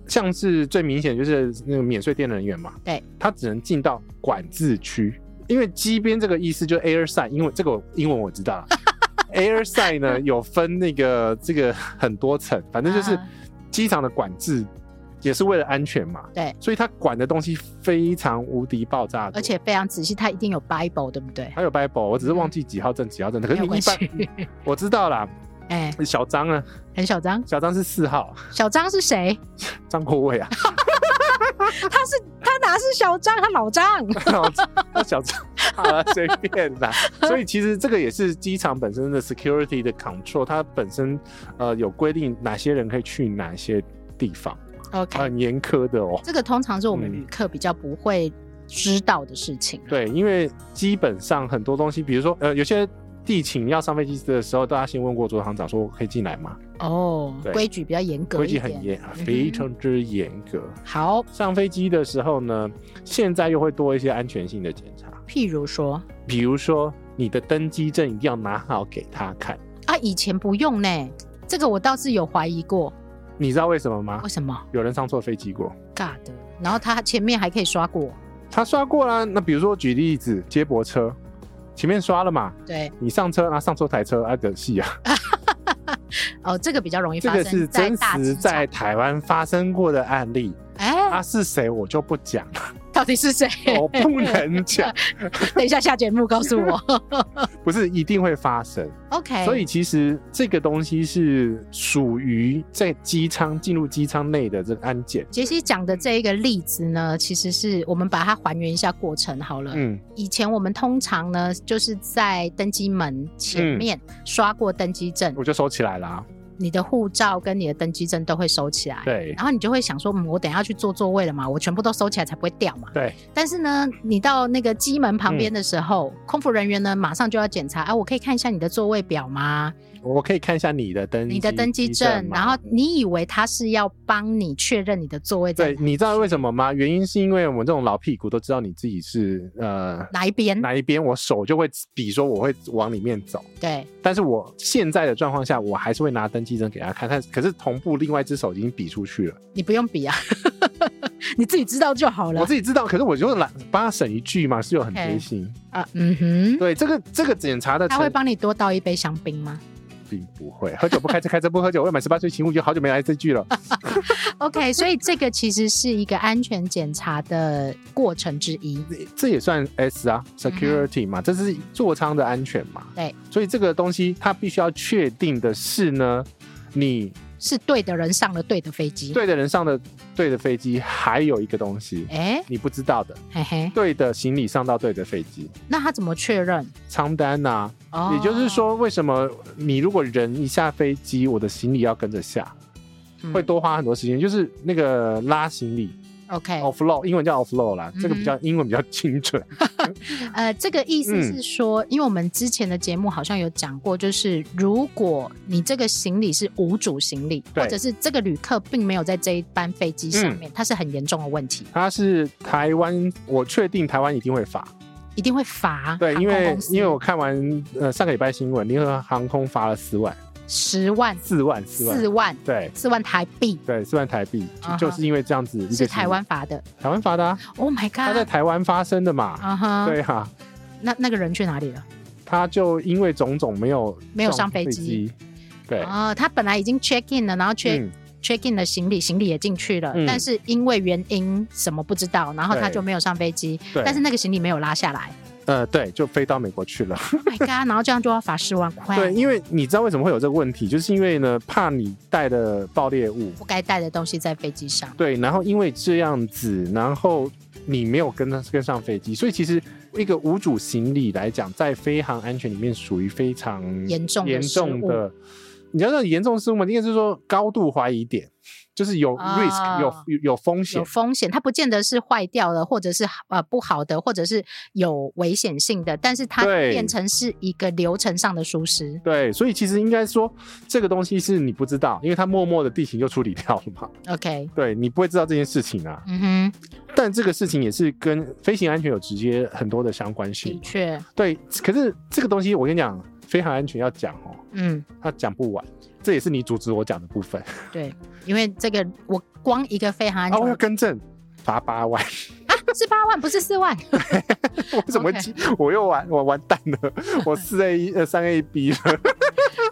[SPEAKER 3] 像是最明显就是那个免税店人员嘛，
[SPEAKER 2] 对，
[SPEAKER 3] 他只能进到管制区，因为机边这个意思就是 air side，因为这个我英文我知道 了，air side 呢有分那个这个很多层，反正就是
[SPEAKER 2] 啊
[SPEAKER 3] 机场的管制也是为了安全嘛，
[SPEAKER 2] 对，
[SPEAKER 3] 所以他管的东西非常无敌爆炸多，
[SPEAKER 2] 而且非常仔细，他一定有 Bible，对不对？
[SPEAKER 3] 还有 Bible，我只是忘记几号证几号证，可
[SPEAKER 2] 没
[SPEAKER 3] 是
[SPEAKER 2] 有
[SPEAKER 3] 你
[SPEAKER 2] 关
[SPEAKER 3] 一
[SPEAKER 2] 系
[SPEAKER 3] 般， 我知道啦，
[SPEAKER 2] 哎、
[SPEAKER 3] 小张啊，
[SPEAKER 2] 很小张，
[SPEAKER 3] 小张是四号，
[SPEAKER 2] 小张是谁？
[SPEAKER 3] 张国伟啊，
[SPEAKER 2] 他是他哪是小张，他老张。
[SPEAKER 3] 然后那小张好了，随便 啦。所以其实这个也是机场本身的 security 的 control，它本身呃有规定哪些人可以去哪些地方，
[SPEAKER 2] OK，、
[SPEAKER 3] 很严苛的哦。
[SPEAKER 2] 这个通常是我们
[SPEAKER 3] 嗯
[SPEAKER 2] 旅客比较不会知道的事情。，
[SPEAKER 3] 对，因为基本上很多东西，比如说呃有些。地勤要上飞机的时候，大家先问过左行长说：“我可以进来吗
[SPEAKER 2] 哦，
[SPEAKER 3] 对
[SPEAKER 2] 规矩比较严？”格
[SPEAKER 3] 规
[SPEAKER 2] 一
[SPEAKER 3] 矩
[SPEAKER 2] 点，嗯
[SPEAKER 3] 很严，
[SPEAKER 2] 哼
[SPEAKER 3] 非常之严格。
[SPEAKER 2] 好，
[SPEAKER 3] 上飞机的时候呢，现在又会多一些安全性的检查，
[SPEAKER 2] 譬如说
[SPEAKER 3] 比如说你的登机证一定要拿好给他看。
[SPEAKER 2] 啊，以前不用呢，这个我倒是有怀疑过，
[SPEAKER 3] 你知道为什么吗
[SPEAKER 2] 为？什么
[SPEAKER 3] 有人上错飞机过，
[SPEAKER 2] 尬的？然后他前面还可以刷过，
[SPEAKER 3] 他刷过啦。那比如说举例子，接驳车前面刷了嘛，
[SPEAKER 2] 对，
[SPEAKER 3] 你上车，然后上错台车，啊，的戏啊，
[SPEAKER 2] 哦，这个比较容易
[SPEAKER 3] 这
[SPEAKER 2] 发
[SPEAKER 3] 个
[SPEAKER 2] 生
[SPEAKER 3] 是
[SPEAKER 2] 在
[SPEAKER 3] 真
[SPEAKER 2] 大
[SPEAKER 3] 实
[SPEAKER 2] 机
[SPEAKER 3] 在
[SPEAKER 2] 场。
[SPEAKER 3] 台湾发生过的案 例。
[SPEAKER 2] 哎、
[SPEAKER 3] 啊，是谁我就不 讲，
[SPEAKER 2] 到底 是谁？
[SPEAKER 3] 我不能讲，
[SPEAKER 2] 等一下下节目告诉 我。
[SPEAKER 3] 不是一定会发生。
[SPEAKER 2] OK，
[SPEAKER 3] 所以其实这个东西是属于在机舱进入机舱内的这个安检。
[SPEAKER 2] 杰西讲的这一个例子呢，其实是我们把它还原一下过程好了。
[SPEAKER 3] 嗯，
[SPEAKER 2] 以前我们通常呢，就是在登机门前面
[SPEAKER 3] 嗯
[SPEAKER 2] 刷过登机证，
[SPEAKER 3] 我就收起来啊啦。
[SPEAKER 2] 你的护照跟你的登机证都会收起来。
[SPEAKER 3] 对
[SPEAKER 2] 然后你就会想说，嗯，我等一下去坐座位了嘛，我全部都收起来才不会掉嘛。
[SPEAKER 3] 对，
[SPEAKER 2] 但是呢，你到那个机门旁边的时候，
[SPEAKER 3] 嗯
[SPEAKER 2] 空服人员呢马上就要检查，啊，我可以看一下你的座位表吗？
[SPEAKER 3] 我可以看一下你的登
[SPEAKER 2] 你的登机证。
[SPEAKER 3] 吗
[SPEAKER 2] 然后你以为他是要帮你确认你的座位在
[SPEAKER 3] 对，
[SPEAKER 2] 哪
[SPEAKER 3] 你知道为什么吗？原因是因为我们这种老屁股都知道你自己是呃
[SPEAKER 2] 哪一边？
[SPEAKER 3] 哪一边，我手就会比说我会往里面走。
[SPEAKER 2] 对，
[SPEAKER 3] 但是我现在的状况下，我还是会拿登机证给他看，但可是同步另外一只手已经比出去了，
[SPEAKER 2] 你不用比啊， 你自己知道就好
[SPEAKER 3] 我
[SPEAKER 2] 了。
[SPEAKER 3] 自己知道，可是我就懒帮他省一句嘛，是有很
[SPEAKER 2] OK
[SPEAKER 3] 贴心。
[SPEAKER 2] 啊，嗯哼。
[SPEAKER 3] 对，这个这个检查的
[SPEAKER 2] 他会
[SPEAKER 3] 程
[SPEAKER 2] 帮你多倒一杯香槟吗
[SPEAKER 3] 并不会，喝酒不开车，开车不喝酒。未满十八岁，请勿就好久没来这句了。
[SPEAKER 2] ？OK，所以这个其实是一个安全检查的过程之一。
[SPEAKER 3] 这也算 S 啊，security 嘛，这是座舱的安全嘛。
[SPEAKER 2] 嗯对，
[SPEAKER 3] 所以这个东西它必须要确定的是呢，你
[SPEAKER 2] 是对的人上了对的飞机。，
[SPEAKER 3] 对的人上的对的飞机，还有一个东西
[SPEAKER 2] 哎、
[SPEAKER 3] 你不知道的，
[SPEAKER 2] 嘿嘿，
[SPEAKER 3] 对的行李上到对的飞机，
[SPEAKER 2] 那他怎么确认？
[SPEAKER 3] 舱单呐、
[SPEAKER 2] 哦
[SPEAKER 3] 也就是，说，为什么你如果人一下飞机，我的行李要跟着下，
[SPEAKER 2] 嗯
[SPEAKER 3] 会多花很多时间，就是那个拉行李
[SPEAKER 2] OK，、
[SPEAKER 3] offload，英文叫 offload 啦，
[SPEAKER 2] 嗯
[SPEAKER 3] 这个比较英文比较精准。
[SPEAKER 2] 呃，这个意思
[SPEAKER 3] 嗯
[SPEAKER 2] 是说，因为我们之前的节目好像有讲过，就是如果你这个行李是无主行李，
[SPEAKER 3] 对嗯
[SPEAKER 2] 或者是这个旅客并没有在这一班飞机上面，它是很严重的问题，
[SPEAKER 3] 它是台湾，我确定台湾一定会罚，
[SPEAKER 2] 一定会罚
[SPEAKER 3] 对，因为因为我
[SPEAKER 2] 有
[SPEAKER 3] 看完呃上个礼拜新闻，联合航空罚了四万，
[SPEAKER 2] 十万、
[SPEAKER 3] 四万，四万，
[SPEAKER 2] 四万、
[SPEAKER 3] 对
[SPEAKER 2] 四万台币
[SPEAKER 3] 对，四万台币，就
[SPEAKER 2] 啊哈
[SPEAKER 3] 就是因为这样子一个
[SPEAKER 2] 是
[SPEAKER 3] 新闻
[SPEAKER 2] 台湾罚的。
[SPEAKER 3] 台湾罚的、啊，
[SPEAKER 2] Oh my
[SPEAKER 3] 他在
[SPEAKER 2] god！
[SPEAKER 3] 台湾发生的嘛，
[SPEAKER 2] 啊哈，
[SPEAKER 3] 对哈、
[SPEAKER 2] 那那个人去哪里了？
[SPEAKER 3] 他就因为种种没有
[SPEAKER 2] 没有上
[SPEAKER 3] 飞
[SPEAKER 2] 飞机，
[SPEAKER 3] 对，
[SPEAKER 2] 哦，他本来已经 check in 了，然后 check、
[SPEAKER 3] 嗯，
[SPEAKER 2] check in 了行李，行李也进去了，
[SPEAKER 3] 嗯
[SPEAKER 2] 但是因为原因什么不知道，然后他
[SPEAKER 3] 对
[SPEAKER 2] 就没有上飞机，
[SPEAKER 3] 对，
[SPEAKER 2] 但是那个行李没有拉下 来
[SPEAKER 3] 呃对，就飞到美国去了，
[SPEAKER 2] ，Oh my god！然后这样就要罚十万块，
[SPEAKER 3] 对，因为你知道为什么会有这个问题，就是因为呢怕你带的爆裂物，
[SPEAKER 2] 不该带的东西在飞机上，
[SPEAKER 3] 对，然后因为这样子，然后你没有跟他跟上飞机，所以其实一个无主行李来讲，在飞航安全里面属于非常
[SPEAKER 2] 严重的
[SPEAKER 3] 严重
[SPEAKER 2] 失误
[SPEAKER 3] 的。你要说严重失误嘛，应该是说高度怀疑点，就是有 risk、
[SPEAKER 2] 啊
[SPEAKER 3] 有有有风险
[SPEAKER 2] 有，风险，它不见得是坏掉了，或者是呃不好的，或者是有危险性的，但是它
[SPEAKER 3] 对
[SPEAKER 2] 变成是一个流程上的疏失。
[SPEAKER 3] 对，所以其实应该说这个东西是你不知道，因为它默默的地形就处理掉了嘛，
[SPEAKER 2] OK，
[SPEAKER 3] 对你不会知道这件事情啊。
[SPEAKER 2] 嗯哼，
[SPEAKER 3] 但这个事情也是跟飞行安全有直接很多的相关
[SPEAKER 2] 的
[SPEAKER 3] 性。
[SPEAKER 2] 确，
[SPEAKER 3] 对，可是这个东西我跟你讲，飞行安全要讲哦，
[SPEAKER 2] 嗯，
[SPEAKER 3] 它讲不完，这也是你阻止我讲的部分
[SPEAKER 2] 对，因为这个我光一个飞航安
[SPEAKER 3] 啊。
[SPEAKER 2] 全
[SPEAKER 3] 我要
[SPEAKER 2] 啊
[SPEAKER 3] 更正，罚八万，
[SPEAKER 2] 是八万，不是四万。
[SPEAKER 3] 我怎么
[SPEAKER 2] OK
[SPEAKER 3] 记我又完，我完蛋了，我四 A 一呃三 A B 了。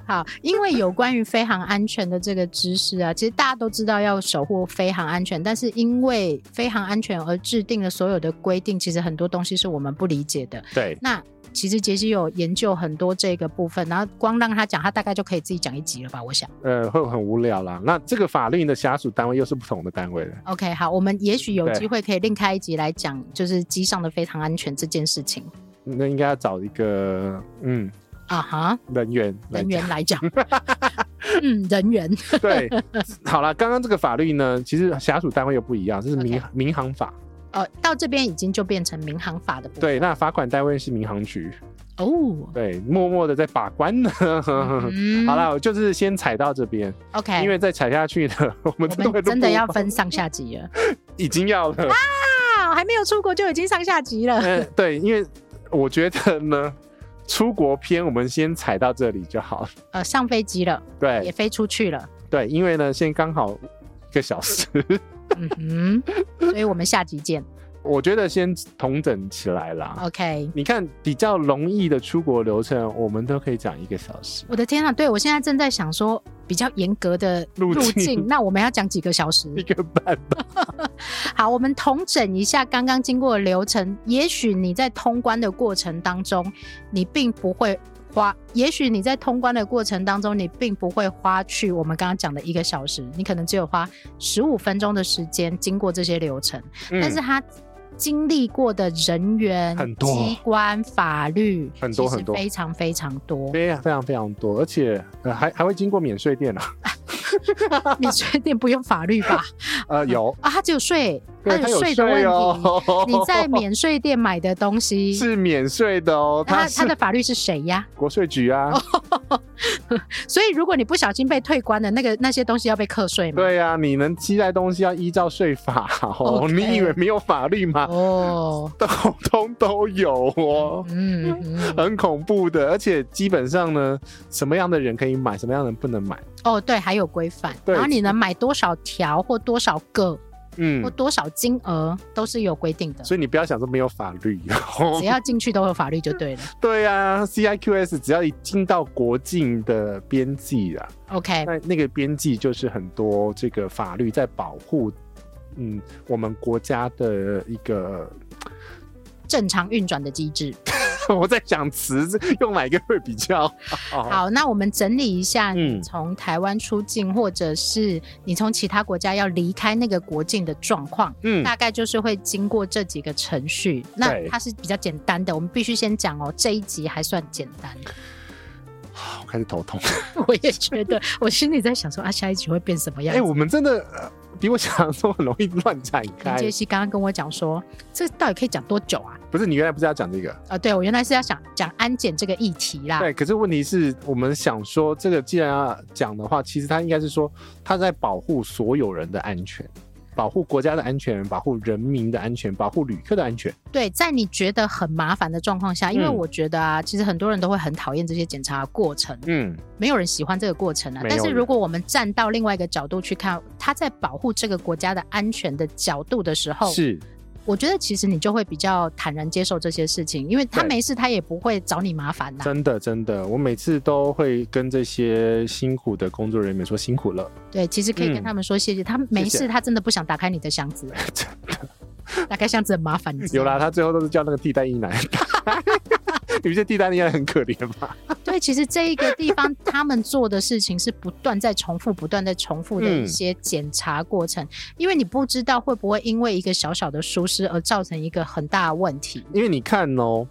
[SPEAKER 2] 好，因为有关于飞航安全的这个知识啊，其实大家都知道要守护飞航安全，但是因为飞航安全而制定的所有的规定，其实很多东西是我们不理解的。
[SPEAKER 3] 对，
[SPEAKER 2] 那其实杰西有研究很多这个部分，然后光让他讲，他大概就可以自己讲一集了吧？我想。
[SPEAKER 3] 呃，会很无聊啦。那这个法令的辖属单位又是不同的单位了。
[SPEAKER 2] OK，好，我们也许有
[SPEAKER 3] 对
[SPEAKER 2] 机会可以另开一集来讲，就是机上的飞常安全这件事情
[SPEAKER 3] 那应该要找一个嗯
[SPEAKER 2] 啊哈，
[SPEAKER 3] 人员来
[SPEAKER 2] 人员来讲，嗯，人员
[SPEAKER 3] 讲。对，好了，刚刚这个法律呢，其实辖属单位又不一样，这是民
[SPEAKER 2] OK
[SPEAKER 3] 民航法。
[SPEAKER 2] 呃，到这边已经就变成民航法的部分
[SPEAKER 3] 对，那罚款单位是民航局。
[SPEAKER 2] 哦。
[SPEAKER 3] 对，默默的在把关呢。
[SPEAKER 2] 嗯
[SPEAKER 3] 好啦，我就是先踩到这边，
[SPEAKER 2] ，OK，
[SPEAKER 3] 因为再踩下去呢，我
[SPEAKER 2] 我
[SPEAKER 3] 们真
[SPEAKER 2] 们
[SPEAKER 3] 的
[SPEAKER 2] 真的要分上下集了
[SPEAKER 3] 已经要了。
[SPEAKER 2] 啊！还没有出国就已经上下集了。
[SPEAKER 3] 嗯，对，因为我觉得呢，出国篇我们先踩到这里就好了。
[SPEAKER 2] 呃，上飞机了，也
[SPEAKER 3] 对
[SPEAKER 2] 飞出去了。
[SPEAKER 3] 对，因为呢，现在刚好一个小时，
[SPEAKER 2] 嗯哼，所以我们下集见。
[SPEAKER 3] 我觉得先统整起来啦。
[SPEAKER 2] OK，
[SPEAKER 3] 你看，比较容易的出国流程，我们都可以讲一个小时。
[SPEAKER 2] 我的天啊！对我现在正在想说比较严格的
[SPEAKER 3] 路
[SPEAKER 2] 路
[SPEAKER 3] 径
[SPEAKER 2] 径，那我们要讲几个小时？
[SPEAKER 3] 一个半，
[SPEAKER 2] 好，我们统整一下刚刚经过的流程。也许你在通关的过程当中，你并不会花；也许你在通关的过程当中，你并不会花去我们刚刚讲的一个小时，你可能只有花十五分钟的时间经过这些流程。但是他经历过的人员、
[SPEAKER 3] 嗯很多
[SPEAKER 2] 机关、法律，
[SPEAKER 3] 很多
[SPEAKER 2] 其实
[SPEAKER 3] 很多
[SPEAKER 2] 非常非常多。
[SPEAKER 3] 非常非常非常多，而且呃还还会经过免税店啊，
[SPEAKER 2] 你确定不用法律 吧？
[SPEAKER 3] 呃有，
[SPEAKER 2] 啊，他只有税，
[SPEAKER 3] 对，它
[SPEAKER 2] 有税的问
[SPEAKER 3] 税
[SPEAKER 2] 题。
[SPEAKER 3] 哦，
[SPEAKER 2] 你在免税店买的东西
[SPEAKER 3] 是免税的哦，
[SPEAKER 2] 那
[SPEAKER 3] 它
[SPEAKER 2] 他他
[SPEAKER 3] 是
[SPEAKER 2] 啊的哦法律是谁呀？
[SPEAKER 3] 国税局啊，
[SPEAKER 2] 所以如果你不小心被退关的那个那些东西要被课税吗？
[SPEAKER 3] 对呀、啊，你能期待东西要依照税法 哦
[SPEAKER 2] OK
[SPEAKER 3] 你以为没有法律吗？
[SPEAKER 2] 哦，
[SPEAKER 3] 通通都有哦。
[SPEAKER 2] 嗯，嗯
[SPEAKER 3] 很恐怖的，而且基本上呢，什么样的人可以买，什么样的人不能买。
[SPEAKER 2] 哦，对，还有规范，
[SPEAKER 3] 对
[SPEAKER 2] 然后你能买多少条或多少个
[SPEAKER 3] 嗯
[SPEAKER 2] 或，多少金额都是有规定的，
[SPEAKER 3] 所以你不要想说没有法律。哦
[SPEAKER 2] 只要进去都有法律就对了。
[SPEAKER 3] 对啊，CIQS 只要一进到国境的边际啊，
[SPEAKER 2] OK，
[SPEAKER 3] 那那个边际就是很多这个法律在保护，嗯，我们国家的一个，
[SPEAKER 2] 正常运转的机制。
[SPEAKER 3] 我在想词用哪一个会比较好。
[SPEAKER 2] 好，那我们整理一下，
[SPEAKER 3] 哦嗯
[SPEAKER 2] 从台湾出境或者是你从其他国家要离开那个国境的状况。
[SPEAKER 3] 嗯，
[SPEAKER 2] 大概就是会经过这几个程序，那
[SPEAKER 3] 对
[SPEAKER 2] 它是比较简单的。我们必须先讲哦，这一集还算简单。
[SPEAKER 3] 我开始头痛。
[SPEAKER 2] 我也觉得，我心里在想说啊，下一集会变什么
[SPEAKER 3] 哎、
[SPEAKER 2] 样子？
[SPEAKER 3] 我们真的、呃比我想象中很容易乱展开
[SPEAKER 2] 林。杰西刚刚跟我讲说，这到底可以讲多久啊？
[SPEAKER 3] 不是你原来不是要讲这个？
[SPEAKER 2] 啊，对我原来是要想讲安检这个议题啦。
[SPEAKER 3] 对，可是问题是我们想说，这个既然要讲的话，其实它应该是说，它在保护所有人的安全，保护国家的安全，保护人民的安全，保护旅客的安全。
[SPEAKER 2] 对，在你觉得很麻烦的状况下，因为
[SPEAKER 3] 嗯
[SPEAKER 2] 我觉得啊，其实很多人都会很讨厌这些检查的过程，
[SPEAKER 3] 嗯，
[SPEAKER 2] 没有人喜欢这个过程啊。
[SPEAKER 3] 没有
[SPEAKER 2] 但是
[SPEAKER 3] 人
[SPEAKER 2] 如果我们站到另外一个角度去看，他在保护这个国家的安全的角度的时候，
[SPEAKER 3] 是，
[SPEAKER 2] 我觉得其实你就会比较坦然接受这些事情，因为他
[SPEAKER 3] 对
[SPEAKER 2] 没事，他也不会找你麻烦呐、
[SPEAKER 3] 真的真的，我每次都会跟这些辛苦的工作人员说辛苦了，
[SPEAKER 2] 对，其实可以跟
[SPEAKER 3] 嗯
[SPEAKER 2] 他们说谢谢，他没
[SPEAKER 3] 谢
[SPEAKER 2] 事，
[SPEAKER 3] 谢
[SPEAKER 2] 他真的不想打开你的箱子，
[SPEAKER 3] 真
[SPEAKER 2] 打开箱子很麻烦。你知
[SPEAKER 3] 有
[SPEAKER 2] 道吗
[SPEAKER 3] 啦，他最后都是叫那个替代役男。你们这替代役男很可怜吧？
[SPEAKER 2] 所以其实这一个地方他们做的事情是不断在重复、不断在重复的一
[SPEAKER 3] 嗯
[SPEAKER 2] 些检查过程，因为你不知道会不会因为一个小小的疏失而造成一个很大的问题。
[SPEAKER 3] 因为你看哦，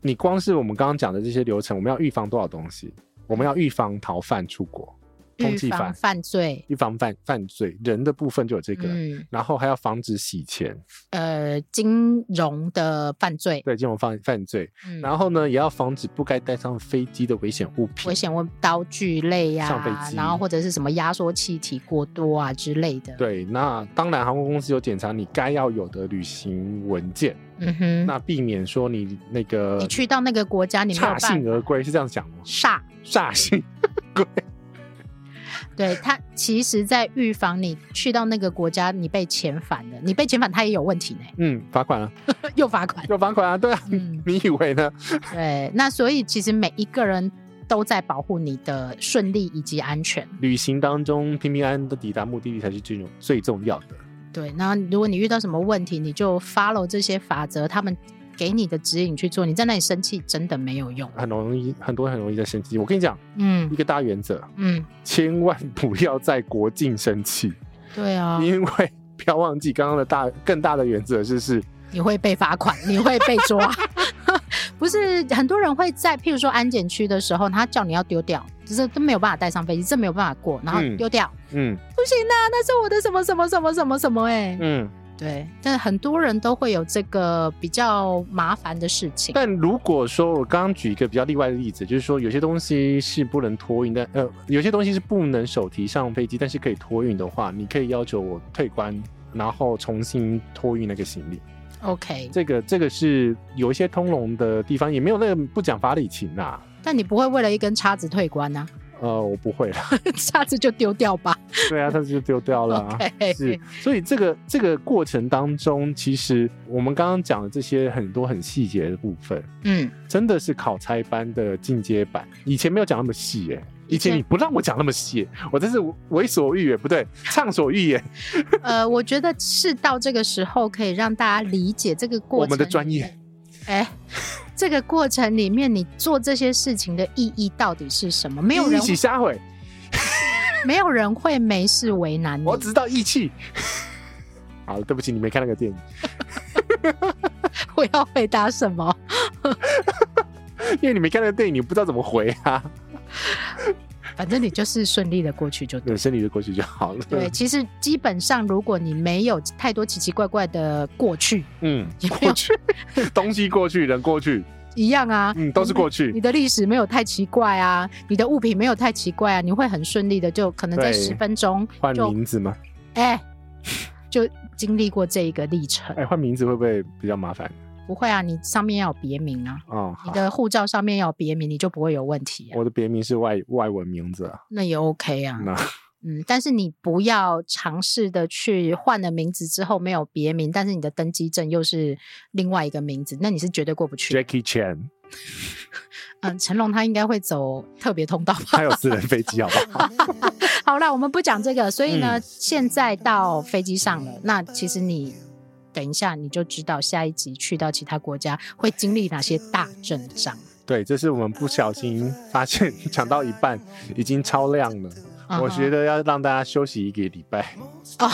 [SPEAKER 3] 你光是我们刚刚讲的这些流程，我们要预防多少东西？我们要预防逃犯出国、通
[SPEAKER 2] 预
[SPEAKER 3] 缉
[SPEAKER 2] 防
[SPEAKER 3] 犯、
[SPEAKER 2] 犯罪，
[SPEAKER 3] 预防犯犯罪，人的部分就有这个，
[SPEAKER 2] 嗯，
[SPEAKER 3] 然后还要防止洗钱，
[SPEAKER 2] 呃，金融的犯罪，
[SPEAKER 3] 对金融犯犯罪，
[SPEAKER 2] 嗯，
[SPEAKER 3] 然后呢，也要防止不该带上飞机的危险物品。
[SPEAKER 2] 危险问刀具类呀、
[SPEAKER 3] 上飞机
[SPEAKER 2] 然后或者是什么压缩气体过多啊之类的。，
[SPEAKER 3] 对，那当然，航空公司有检查你该要有的旅行文件，
[SPEAKER 2] 嗯哼，
[SPEAKER 3] 那避免说你那个
[SPEAKER 2] 你去到那个国家，你没有
[SPEAKER 3] 差
[SPEAKER 2] 办法
[SPEAKER 3] 兴而归，是这样讲吗？
[SPEAKER 2] 煞。
[SPEAKER 3] 煞兴，
[SPEAKER 2] 对他，其实在预防你去到那个国家，你被遣返了，你被遣返，他也有问题呢，
[SPEAKER 3] 嗯，罚款啊，
[SPEAKER 2] 又罚 款。
[SPEAKER 3] 有罚款啊，对啊，
[SPEAKER 2] 嗯，
[SPEAKER 3] 你以为呢？
[SPEAKER 2] 对，那所以其实每一个人都在保护你的顺利以及安全。
[SPEAKER 3] 旅行当中平平安安的抵达目的地才是最重最重要的。
[SPEAKER 2] 对，那如果你遇到什么问题，你就 follow 这些法则，他们给你的指引去做。你在那里生气真的没有用。
[SPEAKER 3] 很容易，很多人很容易在生气。我跟你讲，一
[SPEAKER 2] 嗯
[SPEAKER 3] 个大原则，
[SPEAKER 2] 嗯，
[SPEAKER 3] 千万不要在国境生气，
[SPEAKER 2] 对啊，
[SPEAKER 3] 因为 不要忘记刚刚的大更大的原则就是，
[SPEAKER 2] 你会被罚款，你会被抓。 不是很多人会在，譬如说安检区的时候，他叫你要丢掉，就是都没有办法带上飞机，这没有办法过，然后
[SPEAKER 3] 嗯
[SPEAKER 2] 丢掉，
[SPEAKER 3] 嗯
[SPEAKER 2] 不行啊，那是我的什么什么什么什么什么哎、
[SPEAKER 3] 嗯。
[SPEAKER 2] 对，但很多人都会有这个比较麻烦的事情。
[SPEAKER 3] 但如果说我刚刚举一个比较例外的例子，就是说有些东西是不能托运的，呃，有些东西是不能手提上飞机，但是可以托运的话，你可以要求我退关，然后重新托运那个行李。
[SPEAKER 2] OK，
[SPEAKER 3] 这个这个是有一些通融的地方，也没有那个不讲法理情啦、
[SPEAKER 2] 但你不会为了一根叉子退关啊，
[SPEAKER 3] 呃，我不会啦。
[SPEAKER 2] 叉子就丢掉吧。
[SPEAKER 3] 对啊，他就丢掉了、 啊。
[SPEAKER 2] OK
[SPEAKER 3] 是，所以这个这个过程当中，其实我们刚刚讲的这些很多很细节的部分，
[SPEAKER 2] 嗯，
[SPEAKER 3] 真的是考差班的进阶版。以前没有讲那么细耶、以
[SPEAKER 2] 以前
[SPEAKER 3] 前你不让我讲那么细耶、我真是为所欲言，不对，畅所欲言。
[SPEAKER 2] 呃，我觉得是到这个时候可以让大家理解这个过程。
[SPEAKER 3] 我们的专业，
[SPEAKER 2] 哎，这个过程里面，你做这些事情的意义到底是什么？没有
[SPEAKER 3] 一
[SPEAKER 2] 人，
[SPEAKER 3] 起瞎毁，
[SPEAKER 2] 没有人会没事为难你
[SPEAKER 3] 我。只知道义气。 好了，对不起，你没看那个电影。
[SPEAKER 2] 我要回答什么？
[SPEAKER 3] 因为你没看那个电影，你不知道怎么回啊。
[SPEAKER 2] 反正你就是顺利的过去就对。
[SPEAKER 3] 对，生理的过去就好了。
[SPEAKER 2] 对，，其实基本上，如果你没有太多奇奇怪怪的过去，
[SPEAKER 3] 嗯，
[SPEAKER 2] 也没
[SPEAKER 3] 过
[SPEAKER 2] 有
[SPEAKER 3] 去，东西过去，人过去，
[SPEAKER 2] 一样啊，
[SPEAKER 3] 嗯，都是过去
[SPEAKER 2] 你。的历史没有太奇怪啊，你的物品没有太奇怪啊，你会很顺利的，就可能在
[SPEAKER 3] 对
[SPEAKER 2] 十分钟
[SPEAKER 3] 换
[SPEAKER 2] 就
[SPEAKER 3] 名字吗？
[SPEAKER 2] 哎、就经历过这一个历程。
[SPEAKER 3] 哎，换名字会不会比较麻烦？
[SPEAKER 2] 不会啊，你上面要有别名啊。
[SPEAKER 3] 哦，
[SPEAKER 2] 你
[SPEAKER 3] 好，
[SPEAKER 2] 的护照上面要有别名，你就不会有问题、啊，
[SPEAKER 3] 我的别名是外外文名字啊。
[SPEAKER 2] 那也 OK 啊。
[SPEAKER 3] 那
[SPEAKER 2] 嗯，但是你不要尝试的去换了名字之后没有别名，但是你的登机证又是另外一个名字，那你是绝对过不去的。
[SPEAKER 3] Jackie Chan，
[SPEAKER 2] 嗯，成龙他应该会走特别通道吧？
[SPEAKER 3] 他有私人飞机，好不好？ 嗯
[SPEAKER 2] 好啦，我们不讲这个。所以呢，现在到飞机上了，那其实你等一下你就知道下一集去到其他国家会经历哪些大阵仗。
[SPEAKER 3] 对，这是我们不小心发 现讲到一半已经超量了。我觉
[SPEAKER 2] 得
[SPEAKER 3] 得要让大家休息一个礼拜，
[SPEAKER 2] 哦，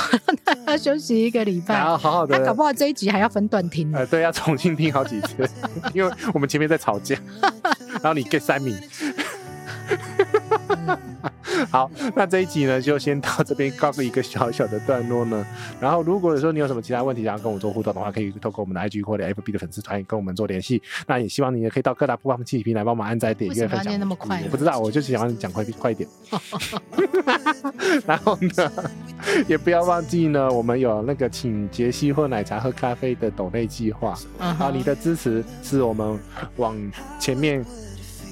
[SPEAKER 2] 那 休息一个礼拜
[SPEAKER 3] 然，后好好
[SPEAKER 2] 他搞
[SPEAKER 3] 的
[SPEAKER 2] 不，好这一集还要分段听呢。
[SPEAKER 3] 呃，对，要重新听好几次， 因为我们前面在吵架，然后你 get 三名。 好， 那这一集呢，就先到这边告诉一个小小的段落呢。然后，如果说你有什么其他问题想要跟我做互动的话，可以透过我们的 IG 或者 FB 的粉丝团跟我们做联系。那也希望你也可以到各大播放器平台帮我们按赞、点
[SPEAKER 2] 为什
[SPEAKER 3] 阅、
[SPEAKER 2] 么
[SPEAKER 3] 分
[SPEAKER 2] 要
[SPEAKER 3] 享。嗯
[SPEAKER 2] 念那么快啊呢
[SPEAKER 3] 我不知道，我就是想让你讲快快 一点。 然后呢， 也不要忘记呢，我们有那个请杰西喝奶茶、喝咖啡的抖内计划。
[SPEAKER 2] 嗯
[SPEAKER 3] 啊，
[SPEAKER 2] 哼
[SPEAKER 3] 你的支持是我们往前面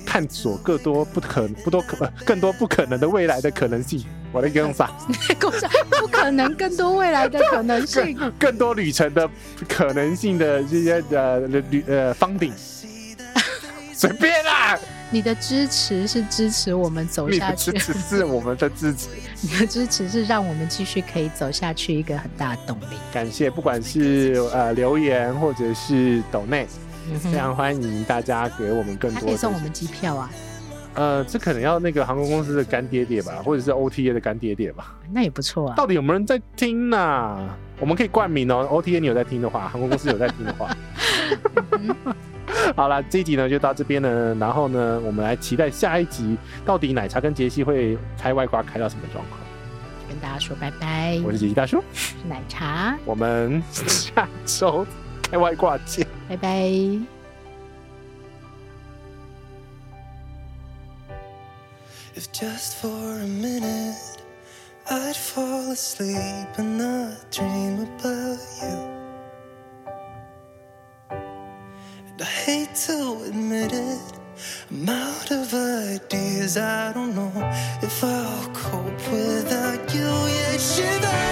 [SPEAKER 3] 探索更多不可不多可、呃更多不可能的未来的可能性。我的用法，
[SPEAKER 2] 工厂 不可能更多未来的可能 性。
[SPEAKER 3] 更更多旅程的可能性的这些呃旅呃方顶，随便 啦，
[SPEAKER 2] 你的支持是支持我们走
[SPEAKER 3] 你
[SPEAKER 2] 下
[SPEAKER 3] 的
[SPEAKER 2] 去
[SPEAKER 3] 支，持是我们的支持，
[SPEAKER 2] 你的支持是让我们继续可以走下去一个很大的动力。
[SPEAKER 3] 感谢不管是呃留言或者是抖内，
[SPEAKER 2] 嗯
[SPEAKER 3] 非
[SPEAKER 2] 哼，
[SPEAKER 3] 常欢迎大家给我们更
[SPEAKER 2] 还
[SPEAKER 3] 多
[SPEAKER 2] 可以
[SPEAKER 3] 的
[SPEAKER 2] 送我们机票啊！
[SPEAKER 3] 呃，这可能要那个航空公司的干爹爹吧，或者是 OTA 的干爹爹吧。
[SPEAKER 2] 那也不错啊。
[SPEAKER 3] 到底有没有人在听呢、我们可以冠名哦，OTA 你有在听的话，航空公司有在听的话。 好啦，这一集呢就到这边呢，然后呢，我们来期待下一集到底奶茶跟杰西会开外挂开到什么状况。
[SPEAKER 2] 跟大家说拜拜，
[SPEAKER 3] 我是杰西大叔，
[SPEAKER 2] 是奶茶，
[SPEAKER 3] 我们下周开外挂见。
[SPEAKER 2] 拜拜。
[SPEAKER 4] If just for a minute I'd fall asleep and not dream about you. And I hate to admit it, I'm out of ideas. I don't know if I'll cope without you. Yet, should I?